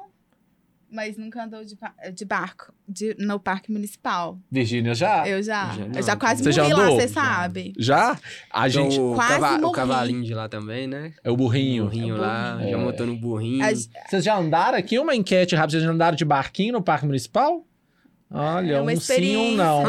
Speaker 4: mas nunca andou de, ba- de barco de- no Parque Municipal.
Speaker 3: Virgínia já?
Speaker 4: eu já.
Speaker 5: já
Speaker 4: eu já
Speaker 5: não,
Speaker 4: quase
Speaker 3: então. você já
Speaker 4: morri lá,
Speaker 3: andou?
Speaker 4: você sabe.
Speaker 3: Já? A
Speaker 5: Então,
Speaker 3: gente.
Speaker 5: o,
Speaker 4: quase
Speaker 5: cava- o
Speaker 4: morri.
Speaker 5: cavalinho de lá também, né?
Speaker 3: É o burrinho.
Speaker 5: burrinho
Speaker 4: É o
Speaker 5: lá,
Speaker 3: burrinho.
Speaker 5: já
Speaker 3: É.
Speaker 5: montando o burrinho.
Speaker 4: A gente-
Speaker 3: Vocês já andaram aqui? Uma enquete rápida. Vocês já andaram de barquinho no Parque Municipal? Olha,
Speaker 4: É uma
Speaker 3: um sim ou um não.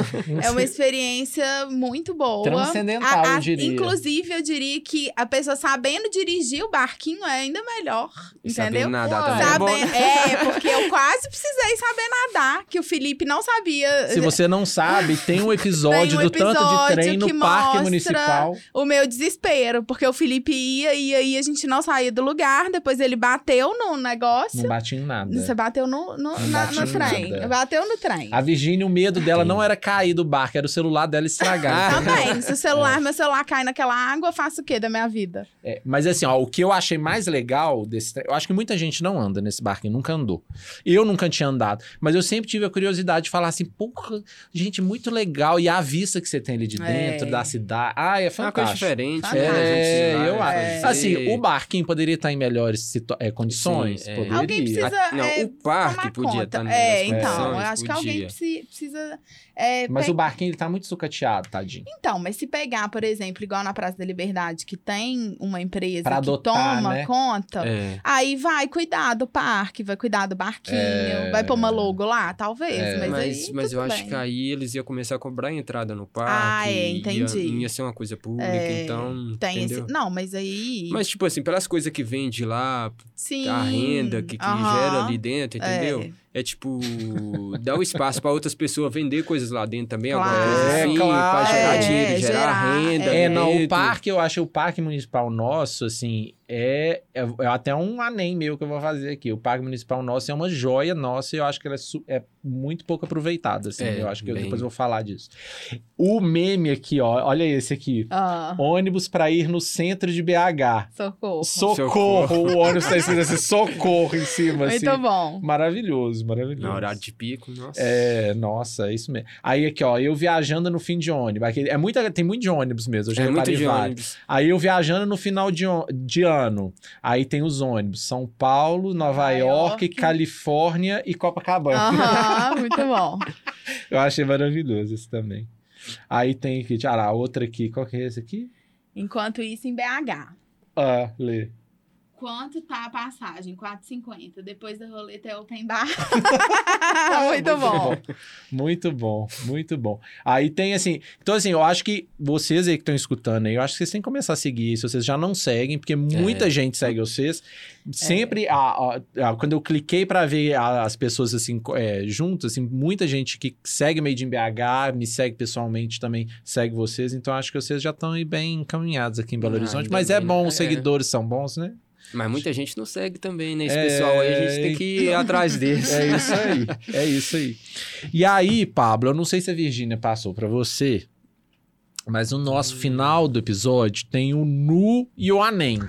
Speaker 4: É uma experiência muito boa.
Speaker 6: Transcendental, eu diria.
Speaker 4: Inclusive, eu diria que a pessoa sabendo dirigir o barquinho é ainda melhor.
Speaker 5: E sabendo
Speaker 4: entendeu?
Speaker 5: nadar também é
Speaker 4: Sabe,
Speaker 5: bom, né?
Speaker 4: é, porque eu quase precisei saber nadar, que o Felipe não sabia.
Speaker 3: Se você não sabe, tem um episódio
Speaker 4: Tem um
Speaker 3: do tanto de
Speaker 4: episódio
Speaker 3: trem
Speaker 4: que
Speaker 3: no Parque
Speaker 4: mostra-
Speaker 3: Municipal.
Speaker 4: o meu desespero, porque o Felipe ia, ia, ia, a gente não saía do lugar, depois ele bateu no negócio.
Speaker 3: Não bate em nada.
Speaker 4: Você bateu no, no,
Speaker 3: Não
Speaker 4: na-
Speaker 3: bate
Speaker 4: no
Speaker 3: em
Speaker 4: trem.
Speaker 3: nada.
Speaker 4: Bateu no trem.
Speaker 3: A Virgínia, o medo dela não era cair do barco, era o celular dela
Speaker 4: Ah.
Speaker 3: estragar.
Speaker 4: Também, Tá se o celular, meu celular cai naquela água, eu faço o quê da minha vida?
Speaker 3: É, mas assim, ó, o que eu achei mais legal desse trem. Eu acho que muita gente não anda nesse barco, nunca andou. Eu nunca tinha andado. Mas eu sempre tive a curiosidade de falar assim, porra, gente, muito legal. E a vista que você tem ali de
Speaker 4: É.
Speaker 3: dentro, da cidade. Ah, é
Speaker 5: É uma coisa
Speaker 3: fantástico.
Speaker 5: diferente,
Speaker 4: Fantástico.
Speaker 5: né? A gente
Speaker 3: É,
Speaker 5: vai
Speaker 3: eu acho.
Speaker 5: fazer-
Speaker 3: Assim, o barquinho poderia estar em melhores situa- é, condições.
Speaker 5: Sim, é.
Speaker 3: poderia.
Speaker 4: Alguém precisa.
Speaker 5: A- não,
Speaker 4: é,
Speaker 5: o parque
Speaker 4: tomar
Speaker 5: Ah, podia tá
Speaker 4: conta.
Speaker 5: estar
Speaker 4: É, então, eu
Speaker 5: eu
Speaker 4: acho que alguém preci- precisa. é,
Speaker 3: Mas
Speaker 4: pe-
Speaker 3: o barquinho ele tá muito sucateado, tadinho.
Speaker 4: Então, mas se pegar, por exemplo, igual na Praça da Liberdade, que tem uma empresa
Speaker 6: Pra
Speaker 4: que
Speaker 6: adotar,
Speaker 4: toma
Speaker 6: né?
Speaker 4: conta,
Speaker 5: É.
Speaker 4: Aí vai cuidar do parque, vai cuidar do barquinho, vai pôr uma logo lá, talvez,
Speaker 3: É.
Speaker 4: mas,
Speaker 5: É, Mas,
Speaker 4: aí
Speaker 5: mas eu
Speaker 4: tudo
Speaker 5: acho
Speaker 4: bem.
Speaker 5: que aí eles iam começar a cobrar a entrada no parque.
Speaker 4: Ah, é,
Speaker 5: ia-
Speaker 4: entendi.
Speaker 5: Ia, ser uma coisa pública,
Speaker 4: É,
Speaker 5: então.
Speaker 4: tem esse...
Speaker 5: entendeu?
Speaker 4: Não, mas aí...
Speaker 5: Mas, tipo assim, pelas coisas que vende lá,
Speaker 4: Sim.
Speaker 5: a renda que, que
Speaker 4: aham,
Speaker 5: gera ali dentro, entendeu?
Speaker 4: é.
Speaker 5: É, tipo, dar o espaço pra outras pessoas vender coisas lá dentro também,
Speaker 4: Claro.
Speaker 5: alguma coisa
Speaker 3: É,
Speaker 5: assim,
Speaker 3: claro.
Speaker 5: pra gerar
Speaker 4: É,
Speaker 5: dinheiro, gerar,
Speaker 4: gerar,
Speaker 5: renda.
Speaker 3: É, não,
Speaker 5: dentro.
Speaker 3: o parque, eu acho o parque municipal nosso, assim, é, é, é até um anem meu que eu vou fazer aqui. O parque municipal nosso é uma joia nossa e eu acho que ela é, su- é muito pouco aproveitada, assim.
Speaker 5: É,
Speaker 3: eu acho que eu
Speaker 5: bem.
Speaker 3: depois vou falar disso. O meme aqui, ó, olha esse aqui.
Speaker 4: Ah,
Speaker 3: Ônibus pra ir no centro de BH.
Speaker 4: socorro.
Speaker 3: Socorro!
Speaker 5: Socorro.
Speaker 3: O ônibus tá escrito assim, socorro em cima, assim.
Speaker 4: Muito bom.
Speaker 3: Maravilhoso, maravilhoso.
Speaker 5: Na horário de pico, nossa.
Speaker 3: É, nossa, é isso mesmo. Aí aqui, ó, eu viajando no fim de ônibus. Aqui, é muita, tem muito de ônibus mesmo, eu já
Speaker 5: É muito
Speaker 3: reparei
Speaker 5: de
Speaker 3: vários.
Speaker 5: ônibus.
Speaker 3: Aí eu viajando no final de, on- de Oceano. Aí tem os ônibus. São Paulo, Nova
Speaker 4: Nova
Speaker 3: York,
Speaker 4: York.
Speaker 3: Califórnia e Copacabana.
Speaker 4: Aham, muito bom.
Speaker 3: Eu achei maravilhoso esse também. Aí tem aqui, ah lá, outra aqui. Qual que é esse aqui?
Speaker 4: Enquanto isso, em BH.
Speaker 3: Ah, lê.
Speaker 4: Quanto tá a passagem? 4,50. Depois da roleta é open bar.
Speaker 5: Tá
Speaker 4: É muito bom.
Speaker 3: Muito bom, muito bom. Aí tem assim. Então, assim, eu acho que vocês aí que estão escutando aí, eu acho que vocês têm que começar a seguir isso. Vocês já não seguem, porque
Speaker 5: É.
Speaker 3: muita gente segue vocês. Sempre, a- a- a- quando eu cliquei pra ver a- as pessoas assim, co- é, juntas, assim, muita gente que segue Made in BH, me segue pessoalmente também, segue vocês. Então, eu acho que vocês já estão aí bem encaminhados aqui em Belo
Speaker 5: Ah,
Speaker 3: Horizonte.
Speaker 5: ainda
Speaker 3: Mas é
Speaker 5: bem,
Speaker 3: bom,
Speaker 5: né?
Speaker 3: os
Speaker 5: É.
Speaker 3: seguidores são bons, né?
Speaker 5: Mas muita gente não segue também, né? Esse
Speaker 3: É, então.
Speaker 5: pessoal aí a gente tem que ir atrás deles.
Speaker 3: É isso aí, é isso aí. E aí, Pablo, eu não sei se a Virgínia passou pra você, mas no nosso final do episódio tem o nu e o anem.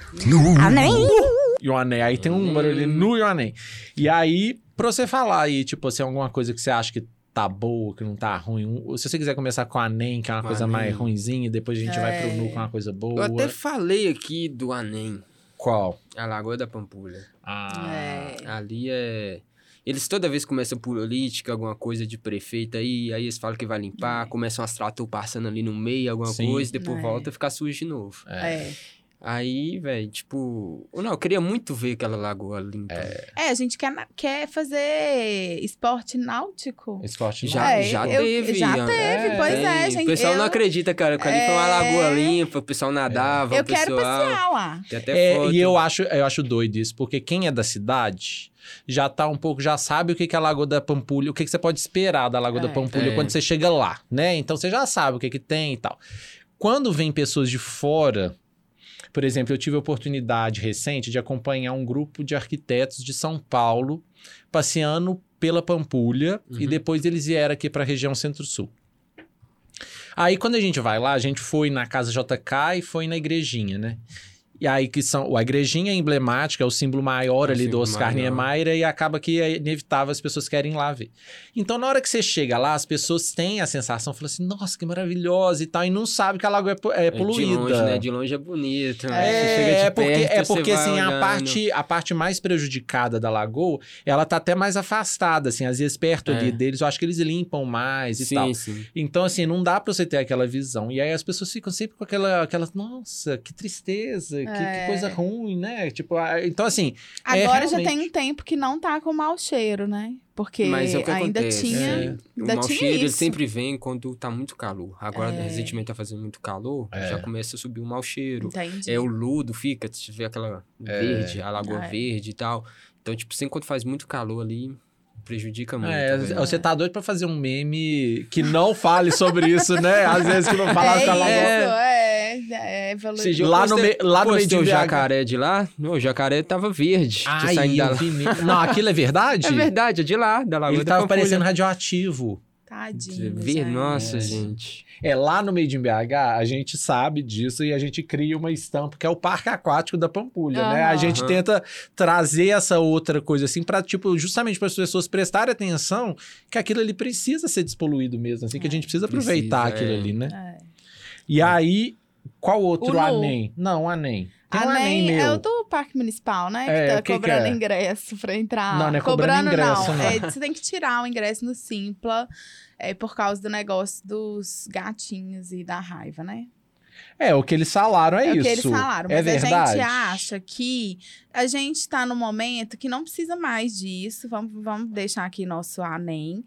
Speaker 3: E o anem, aí tem um
Speaker 5: Hum.
Speaker 3: barulho nu e o anem. E aí, pra você falar aí, tipo assim, alguma coisa que você acha que tá boa, que não tá ruim, um- se você quiser começar com o anem, que é uma
Speaker 5: Com
Speaker 3: coisa
Speaker 5: anem. É.
Speaker 3: mais ruinzinha, e depois a gente vai pro nu com uma coisa
Speaker 5: Eu
Speaker 3: boa.
Speaker 5: até falei aqui do Anem,
Speaker 3: Qual?
Speaker 5: a Lagoa da Pampulha. É.
Speaker 3: Ah,
Speaker 5: Ali é. Eles toda vez começam política, alguma coisa de prefeito aí, aí eles falam que vai limpar, começam as trator passando ali no meio, alguma
Speaker 3: É. Sim.
Speaker 5: coisa, depois
Speaker 4: É.
Speaker 5: volta e fica sujo de novo.
Speaker 4: É.
Speaker 5: Aí, velho, tipo. Não, eu queria muito ver aquela lagoa limpa.
Speaker 4: É, a gente quer, na- quer fazer esporte náutico.
Speaker 3: esporte
Speaker 5: Já,
Speaker 4: É,
Speaker 5: já
Speaker 4: eu-
Speaker 5: teve.
Speaker 4: já
Speaker 5: Ana.
Speaker 4: teve, pois é, gente,
Speaker 5: O pessoal não
Speaker 4: eu-
Speaker 5: acredita, cara, que ali foi uma
Speaker 4: É.
Speaker 5: lagoa limpa, o pessoal nadava,
Speaker 4: Eu
Speaker 5: o pessoal...
Speaker 4: quero passear lá.
Speaker 5: Tem até
Speaker 3: É,
Speaker 5: foto.
Speaker 3: e eu acho, eu acho doido isso, porque quem é da cidade já tá um pouco, já sabe o que, que é a Lagoa da Pampulha, o que, que você pode esperar da Lagoa da
Speaker 4: É.
Speaker 3: Pampulha
Speaker 5: É.
Speaker 3: quando você chega lá, né? Então você já sabe o que, que tem e tal. Quando vem pessoas de fora, por exemplo, eu tive a oportunidade recente de acompanhar um grupo de arquitetos de São Paulo passeando pela Pampulha e
Speaker 5: Uhum.
Speaker 3: depois eles vieram aqui para a região Centro-Sul. Aí quando a gente vai lá, a gente foi na casa JK e foi na igrejinha, né? E aí que são, a igrejinha é emblemática, é o símbolo maior
Speaker 5: É o
Speaker 3: ali do
Speaker 5: símbolo
Speaker 3: Oscar
Speaker 5: maior.
Speaker 3: Niemeyer e acaba que é inevitável as pessoas querem ir lá ver. Então na hora que você chega lá, as pessoas têm a sensação, falam assim, nossa, que maravilhosa e tal, e não sabe que a lagoa é po- é,
Speaker 5: É,
Speaker 3: poluída.
Speaker 5: De longe, né? De longe é bonito. né? Você chega
Speaker 3: É,
Speaker 5: de
Speaker 3: é porque,
Speaker 5: perto,
Speaker 3: é
Speaker 5: você
Speaker 3: porque
Speaker 5: vai
Speaker 3: assim, a
Speaker 5: olhando.
Speaker 3: parte, a parte mais prejudicada da lagoa, ela tá até mais afastada, assim, às vezes perto
Speaker 5: É.
Speaker 3: ali deles, eu acho que eles limpam mais e tal.
Speaker 5: Sim, sim.
Speaker 3: Então, assim, não dá pra você ter aquela visão. E aí as pessoas ficam sempre com aquela, aquela nossa, que tristeza, que, que
Speaker 4: É.
Speaker 3: coisa ruim, né? Tipo, ah, então assim, É,
Speaker 4: Agora já
Speaker 3: realmente.
Speaker 4: tem um tempo que não tá com mau cheiro, né? Porque
Speaker 5: Mas é o que
Speaker 4: ainda
Speaker 5: acontece.
Speaker 4: tinha.
Speaker 5: é. O
Speaker 4: ainda
Speaker 5: mau
Speaker 4: tinha
Speaker 5: cheiro ele
Speaker 4: isso.
Speaker 5: sempre vem quando tá muito calor. Agora,
Speaker 4: É.
Speaker 5: recentemente, tá fazendo muito calor,
Speaker 3: É.
Speaker 5: já começa a subir o mau cheiro.
Speaker 4: Entendi.
Speaker 5: É o lodo, fica, se tiver aquela verde, a lagoa
Speaker 4: É.
Speaker 5: verde e tal. Então, tipo, sempre quando faz muito calor ali, prejudica muito. né?
Speaker 3: é,
Speaker 5: velho.
Speaker 3: você tá doido pra fazer um meme que não fale sobre isso, né? Às vezes que não fala
Speaker 4: é
Speaker 5: tá
Speaker 3: aquela
Speaker 4: isso, é, é, é valor-
Speaker 5: Esse dia eu
Speaker 3: Lá no,
Speaker 5: postei-
Speaker 3: me, lá no meio de
Speaker 5: postei o
Speaker 3: BH.
Speaker 5: jacaré de lá, o jacaré tava verde. tinha
Speaker 3: Ai,
Speaker 5: saído da
Speaker 3: eu vi mesmo. Não, aquilo é verdade?
Speaker 5: É verdade, é de lá, da Lagoa
Speaker 3: Ele
Speaker 5: da
Speaker 3: tava
Speaker 5: Pampulha.
Speaker 3: parecendo radioativo.
Speaker 4: Tadinho. é.
Speaker 5: Ver,
Speaker 4: gente.
Speaker 5: nossa, gente.
Speaker 3: É lá no Made in BH, a gente sabe disso e a gente cria uma estampa que é o Parque Aquático da Pampulha, né? A
Speaker 4: Aham.
Speaker 3: gente
Speaker 5: Aham.
Speaker 3: tenta trazer essa outra coisa assim para tipo justamente para as pessoas prestarem atenção que aquilo ali precisa ser despoluído mesmo, assim que a gente precisa
Speaker 5: Precisa,
Speaker 3: aproveitar
Speaker 5: é.
Speaker 3: aquilo ali, né?
Speaker 4: É.
Speaker 3: E aí qual outro
Speaker 4: O Nu.
Speaker 3: anem? Não, anem. Tem um anem
Speaker 4: Além,
Speaker 3: meu.
Speaker 4: é o do Parque Municipal, né?
Speaker 3: É,
Speaker 4: que
Speaker 3: o
Speaker 4: tá
Speaker 3: que que
Speaker 4: cobrando
Speaker 3: é?
Speaker 4: ingresso pra entrar.
Speaker 3: Não, não é cobrando ingresso,
Speaker 4: não.
Speaker 3: não.
Speaker 4: É, você tem que tirar o ingresso no Simpla é, por causa do negócio dos gatinhos e da raiva, né?
Speaker 3: É o que eles falaram é,
Speaker 4: É,
Speaker 3: isso.
Speaker 4: o que eles falaram.
Speaker 3: é
Speaker 4: Mas a
Speaker 3: verdade.
Speaker 4: gente acha que a gente tá num momento que não precisa mais disso. Vamos, vamos deixar aqui nosso anem.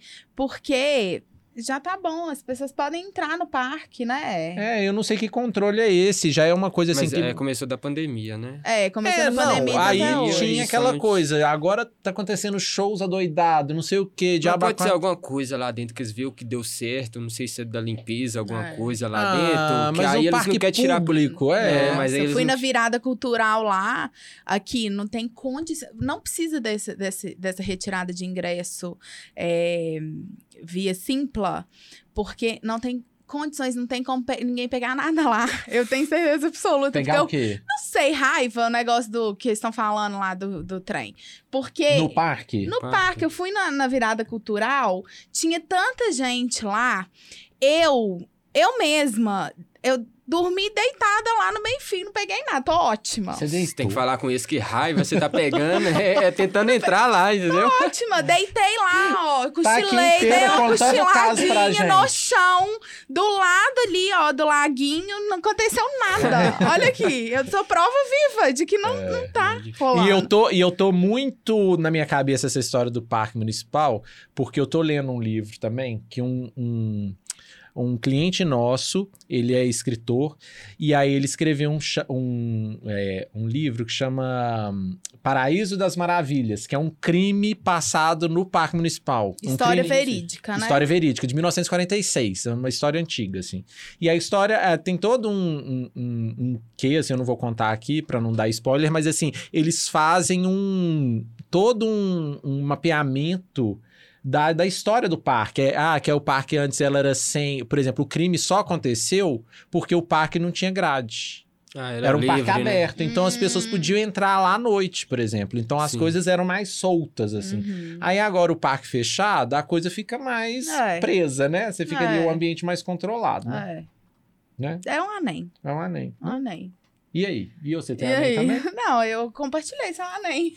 Speaker 4: Porque já tá bom. As pessoas podem entrar no parque, né?
Speaker 3: É, eu não sei que controle é esse. Já é uma coisa assim
Speaker 5: Mas
Speaker 3: que
Speaker 5: é, começou da pandemia, né?
Speaker 4: É, começou
Speaker 3: É,
Speaker 4: a pandemia.
Speaker 3: não,
Speaker 4: tá
Speaker 3: aí
Speaker 4: até hoje.
Speaker 3: tinha
Speaker 5: Isso,
Speaker 3: aquela
Speaker 5: né?
Speaker 3: coisa, agora tá acontecendo shows adoidado, não sei o que,
Speaker 5: Já
Speaker 3: diabo
Speaker 5: pode ser
Speaker 3: aqua-
Speaker 5: alguma coisa lá dentro que eles viram que deu certo, não sei se é da limpeza, alguma
Speaker 4: É.
Speaker 5: coisa lá
Speaker 3: Ah,
Speaker 5: dentro, que
Speaker 3: mas
Speaker 5: aí
Speaker 3: um
Speaker 5: eles
Speaker 3: parque
Speaker 5: não querem tirar
Speaker 3: público, é.
Speaker 5: É, mas
Speaker 4: Né?
Speaker 5: aí
Speaker 4: eu
Speaker 5: eles
Speaker 4: fui
Speaker 5: não-
Speaker 4: na virada cultural lá, aqui não tem condição, não precisa desse, desse- dessa retirada de ingresso é, via Simpla, porque não tem condições, não tem como pe- ninguém pegar nada lá. Eu tenho certeza absoluta.
Speaker 3: Pegar o
Speaker 4: porque
Speaker 3: quê?
Speaker 4: eu não sei, raiva o negócio do que eles estão falando lá do, do trem. Porque
Speaker 3: No parque?
Speaker 4: no
Speaker 5: Parque.
Speaker 4: parque. eu fui na, na virada cultural, tinha tanta gente lá. Eu, eu mesma, Eu dormi deitada lá no meio-fio, não peguei nada, tô ótima.
Speaker 6: Você
Speaker 5: Você
Speaker 6: deitou.
Speaker 5: tem que falar com esse que raiva você tá pegando, é, é tentando entrar lá, entendeu?
Speaker 4: Ótima, deitei lá, ó,
Speaker 6: aqui
Speaker 4: cochilei, dei
Speaker 6: inteira
Speaker 4: uma
Speaker 6: contando o caso pra
Speaker 4: cochiladinha no
Speaker 6: gente.
Speaker 4: chão, do lado ali, ó, do laguinho, não aconteceu nada. Olha aqui, eu sou prova viva de que não, não tá rolando.
Speaker 3: E eu, tô, e eu tô muito na minha cabeça essa história do parque municipal, porque eu tô lendo um livro também, que um, um, um cliente nosso, ele é escritor, e aí ele escreveu um, cha- um, é, um livro que chama hum, Paraíso das Maravilhas, que é um crime passado no parque municipal. Um
Speaker 4: História
Speaker 3: crime-
Speaker 4: verídica, né?
Speaker 3: História verídica, de 1946. É uma história antiga, assim. E a história eh, tem todo um, um, um, um quê, assim, eu não vou contar aqui pra não dar spoiler, mas assim, eles fazem um... todo um, um mapeamento da, da história do parque. É, ah, que é o parque antes ela era sem... Por exemplo, o crime só aconteceu porque o parque não tinha grade.
Speaker 5: Ah,
Speaker 3: Era, um parque
Speaker 5: livre, né?
Speaker 3: aberto, então as pessoas podiam entrar lá à noite, por exemplo. Então as
Speaker 5: Sim.
Speaker 3: coisas eram mais soltas, assim.
Speaker 4: Uhum.
Speaker 3: Aí agora o parque fechado, a coisa fica mais
Speaker 4: É.
Speaker 3: presa, né? Você fica ali
Speaker 4: É.
Speaker 3: um ambiente mais controlado, né?
Speaker 4: É.
Speaker 3: Né?
Speaker 4: É um anem,
Speaker 3: É um anem.
Speaker 4: um anem.
Speaker 3: E aí? E você tem
Speaker 4: e
Speaker 3: anem
Speaker 4: aí?
Speaker 3: também?
Speaker 4: Não, eu compartilhei seu anem.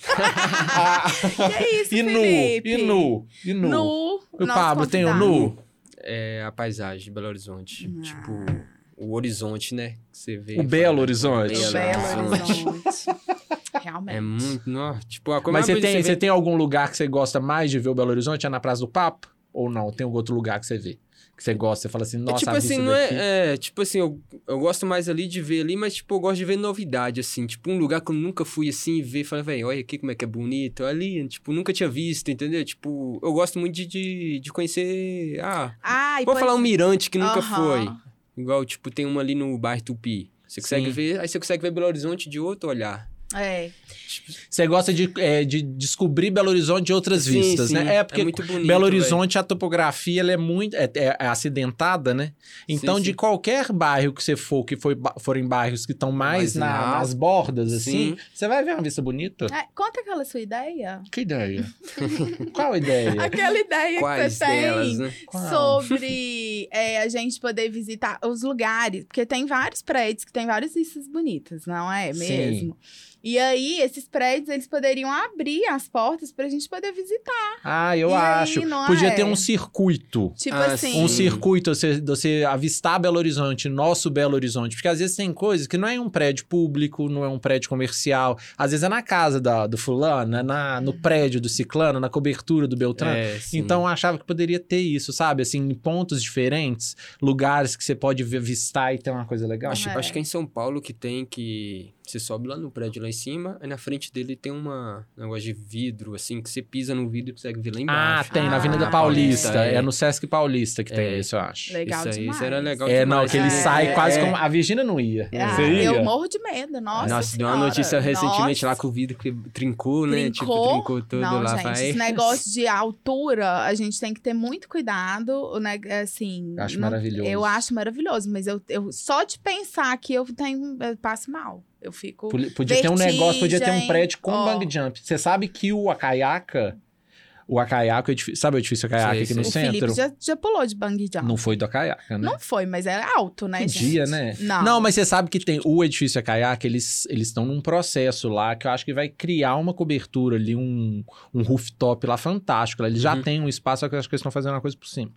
Speaker 3: Ah,
Speaker 4: Que é isso,
Speaker 3: e nu,
Speaker 4: Felipe?
Speaker 3: e nu, e nu.
Speaker 4: Nu,
Speaker 3: O
Speaker 4: nosso
Speaker 3: Pablo tem o
Speaker 4: convidado.
Speaker 3: nu?
Speaker 5: É a paisagem de Belo Horizonte.
Speaker 4: Ah.
Speaker 5: Tipo, o horizonte, né? Que você vê.
Speaker 3: O Belo
Speaker 5: Fala,
Speaker 3: Horizonte.
Speaker 4: O
Speaker 5: Belo
Speaker 4: Belo
Speaker 5: Horizonte.
Speaker 4: Horizonte. Realmente.
Speaker 5: É muito. Não, tipo, a
Speaker 3: Mas
Speaker 5: coisa
Speaker 3: você
Speaker 5: mais bonita
Speaker 3: tem,
Speaker 5: que
Speaker 3: você tem algum lugar que você gosta mais de ver o Belo Horizonte? É na Praça do Papo? Ou não? Tem algum outro lugar que você vê? Que você gosta, você fala assim, nossa,
Speaker 5: é tipo
Speaker 3: a vista
Speaker 5: assim, não
Speaker 3: daqui-
Speaker 5: é, é, Tipo assim, eu, eu gosto mais ali de ver ali, mas tipo, eu gosto de ver novidade, assim. Tipo, um lugar que eu nunca fui assim e ver, falar, velho, olha aqui como é que é bonito. Ali, tipo, nunca tinha visto, entendeu? Tipo, eu gosto muito de, de, de conhecer. Ah,
Speaker 4: Ai,
Speaker 5: vou
Speaker 4: pois-
Speaker 5: falar um mirante que nunca
Speaker 4: Aham.
Speaker 5: foi. Igual, tipo, tem uma ali no bairro Tupi. Você consegue
Speaker 3: Sim.
Speaker 5: ver, aí você consegue ver Belo Horizonte de outro olhar.
Speaker 4: É.
Speaker 3: Você gosta de, é, de descobrir Belo Horizonte de outras
Speaker 5: Sim,
Speaker 3: vistas,
Speaker 5: sim,
Speaker 3: né? É porque
Speaker 5: muito bonito,
Speaker 3: Belo
Speaker 5: velho.
Speaker 3: Horizonte, a topografia ela é muito é, é- é acidentada, né? Então,
Speaker 5: Sim,
Speaker 3: de
Speaker 5: sim.
Speaker 3: qualquer bairro que você for, que foi, ba- forem bairros que estão mais,
Speaker 5: Mais
Speaker 3: na-
Speaker 5: na-
Speaker 3: nas bordas, assim,
Speaker 5: Sim.
Speaker 3: você vai ver uma vista bonita.
Speaker 4: É, Conta aquela sua ideia.
Speaker 3: Que ideia? Qual ideia?
Speaker 4: Aquela ideia que
Speaker 5: Quais
Speaker 4: você tá tem.
Speaker 5: delas, né?
Speaker 3: É. Qual?
Speaker 4: Sobre é, a gente poder visitar os lugares, porque tem vários prédios que tem várias vistas bonitas, não é
Speaker 3: Sim.
Speaker 4: mesmo? E aí, esses prédios, eles poderiam abrir as portas pra gente poder visitar.
Speaker 3: Ah, eu
Speaker 4: E aí,
Speaker 3: acho.
Speaker 4: não
Speaker 3: Podia
Speaker 4: é?
Speaker 3: ter um circuito.
Speaker 4: Tipo
Speaker 5: Ah,
Speaker 4: assim.
Speaker 3: Um
Speaker 5: Sim.
Speaker 3: circuito, você, você avistar Belo Horizonte, nosso Belo Horizonte. Porque às vezes tem coisas que não é em um prédio público, não é um prédio comercial. Às vezes é na casa da- do fulano, é na,
Speaker 4: Hum.
Speaker 3: no prédio do ciclano, na cobertura do Beltrano.
Speaker 5: É, sim.
Speaker 3: Então eu achava que poderia ter isso, sabe? Assim, em pontos diferentes, lugares que você pode vi- visitar e ter uma coisa legal.
Speaker 5: Acho,
Speaker 4: É.
Speaker 5: acho que é em São Paulo que tem que. Você sobe lá no prédio lá em cima, aí na frente dele tem uma um negócio de vidro, assim, que você pisa no vidro e consegue ver lá
Speaker 3: Ah,
Speaker 5: embaixo.
Speaker 3: tem, na
Speaker 4: Ah,
Speaker 3: Avenida
Speaker 4: na
Speaker 3: Paulista.
Speaker 5: Paulista,
Speaker 3: É.
Speaker 5: é.
Speaker 3: no Sesc Paulista que tem
Speaker 5: É.
Speaker 3: isso, eu acho.
Speaker 4: Legal
Speaker 5: isso aí,
Speaker 4: demais.
Speaker 5: isso era legal
Speaker 3: É,
Speaker 5: demais.
Speaker 3: não, que ele
Speaker 4: É.
Speaker 3: sai quase
Speaker 5: É.
Speaker 3: como. A Virgínia não ia.
Speaker 4: Ah,
Speaker 3: Você ia?
Speaker 4: eu morro de medo, nossa.
Speaker 5: Nossa, deu uma
Speaker 4: senhora.
Speaker 5: notícia recentemente lá
Speaker 4: Nossa.
Speaker 5: com o vidro que trincou, né?
Speaker 4: Trincou?
Speaker 5: Tipo, trincou tudo
Speaker 4: Não,
Speaker 5: lá.
Speaker 4: gente,
Speaker 5: vai.
Speaker 4: esse negócio de altura, a gente tem que ter muito cuidado, o neg- assim...
Speaker 3: Eu acho
Speaker 4: não-
Speaker 3: maravilhoso.
Speaker 4: Eu acho maravilhoso, mas eu, eu- só de pensar que eu tenho, eu passo mal. Eu fico...
Speaker 3: Poli- Podia ter um
Speaker 4: Vertigem,
Speaker 3: negócio, podia ter um prédio com
Speaker 4: ó.
Speaker 3: bang jump. Você sabe que o Acaiaca. O Acaiaca, o edifício- sabe o edifício Acaiaca
Speaker 5: Sei,
Speaker 3: aqui
Speaker 5: sei.
Speaker 3: no
Speaker 4: o Felipe
Speaker 3: centro?
Speaker 4: já, já pulou de bang jump.
Speaker 3: Não foi do Acaiaca, né?
Speaker 4: Não foi, mas é alto, né,
Speaker 3: Podia,
Speaker 4: gente?
Speaker 3: né?
Speaker 4: Não.
Speaker 3: Não, mas você sabe que tem o edifício a caiaque, eles eles estão num processo lá que eu acho que vai criar uma cobertura ali, um, um rooftop lá fantástico. Eles já
Speaker 5: Uhum.
Speaker 3: têm um espaço, só que eu acho que eles estão fazendo uma coisa por cima.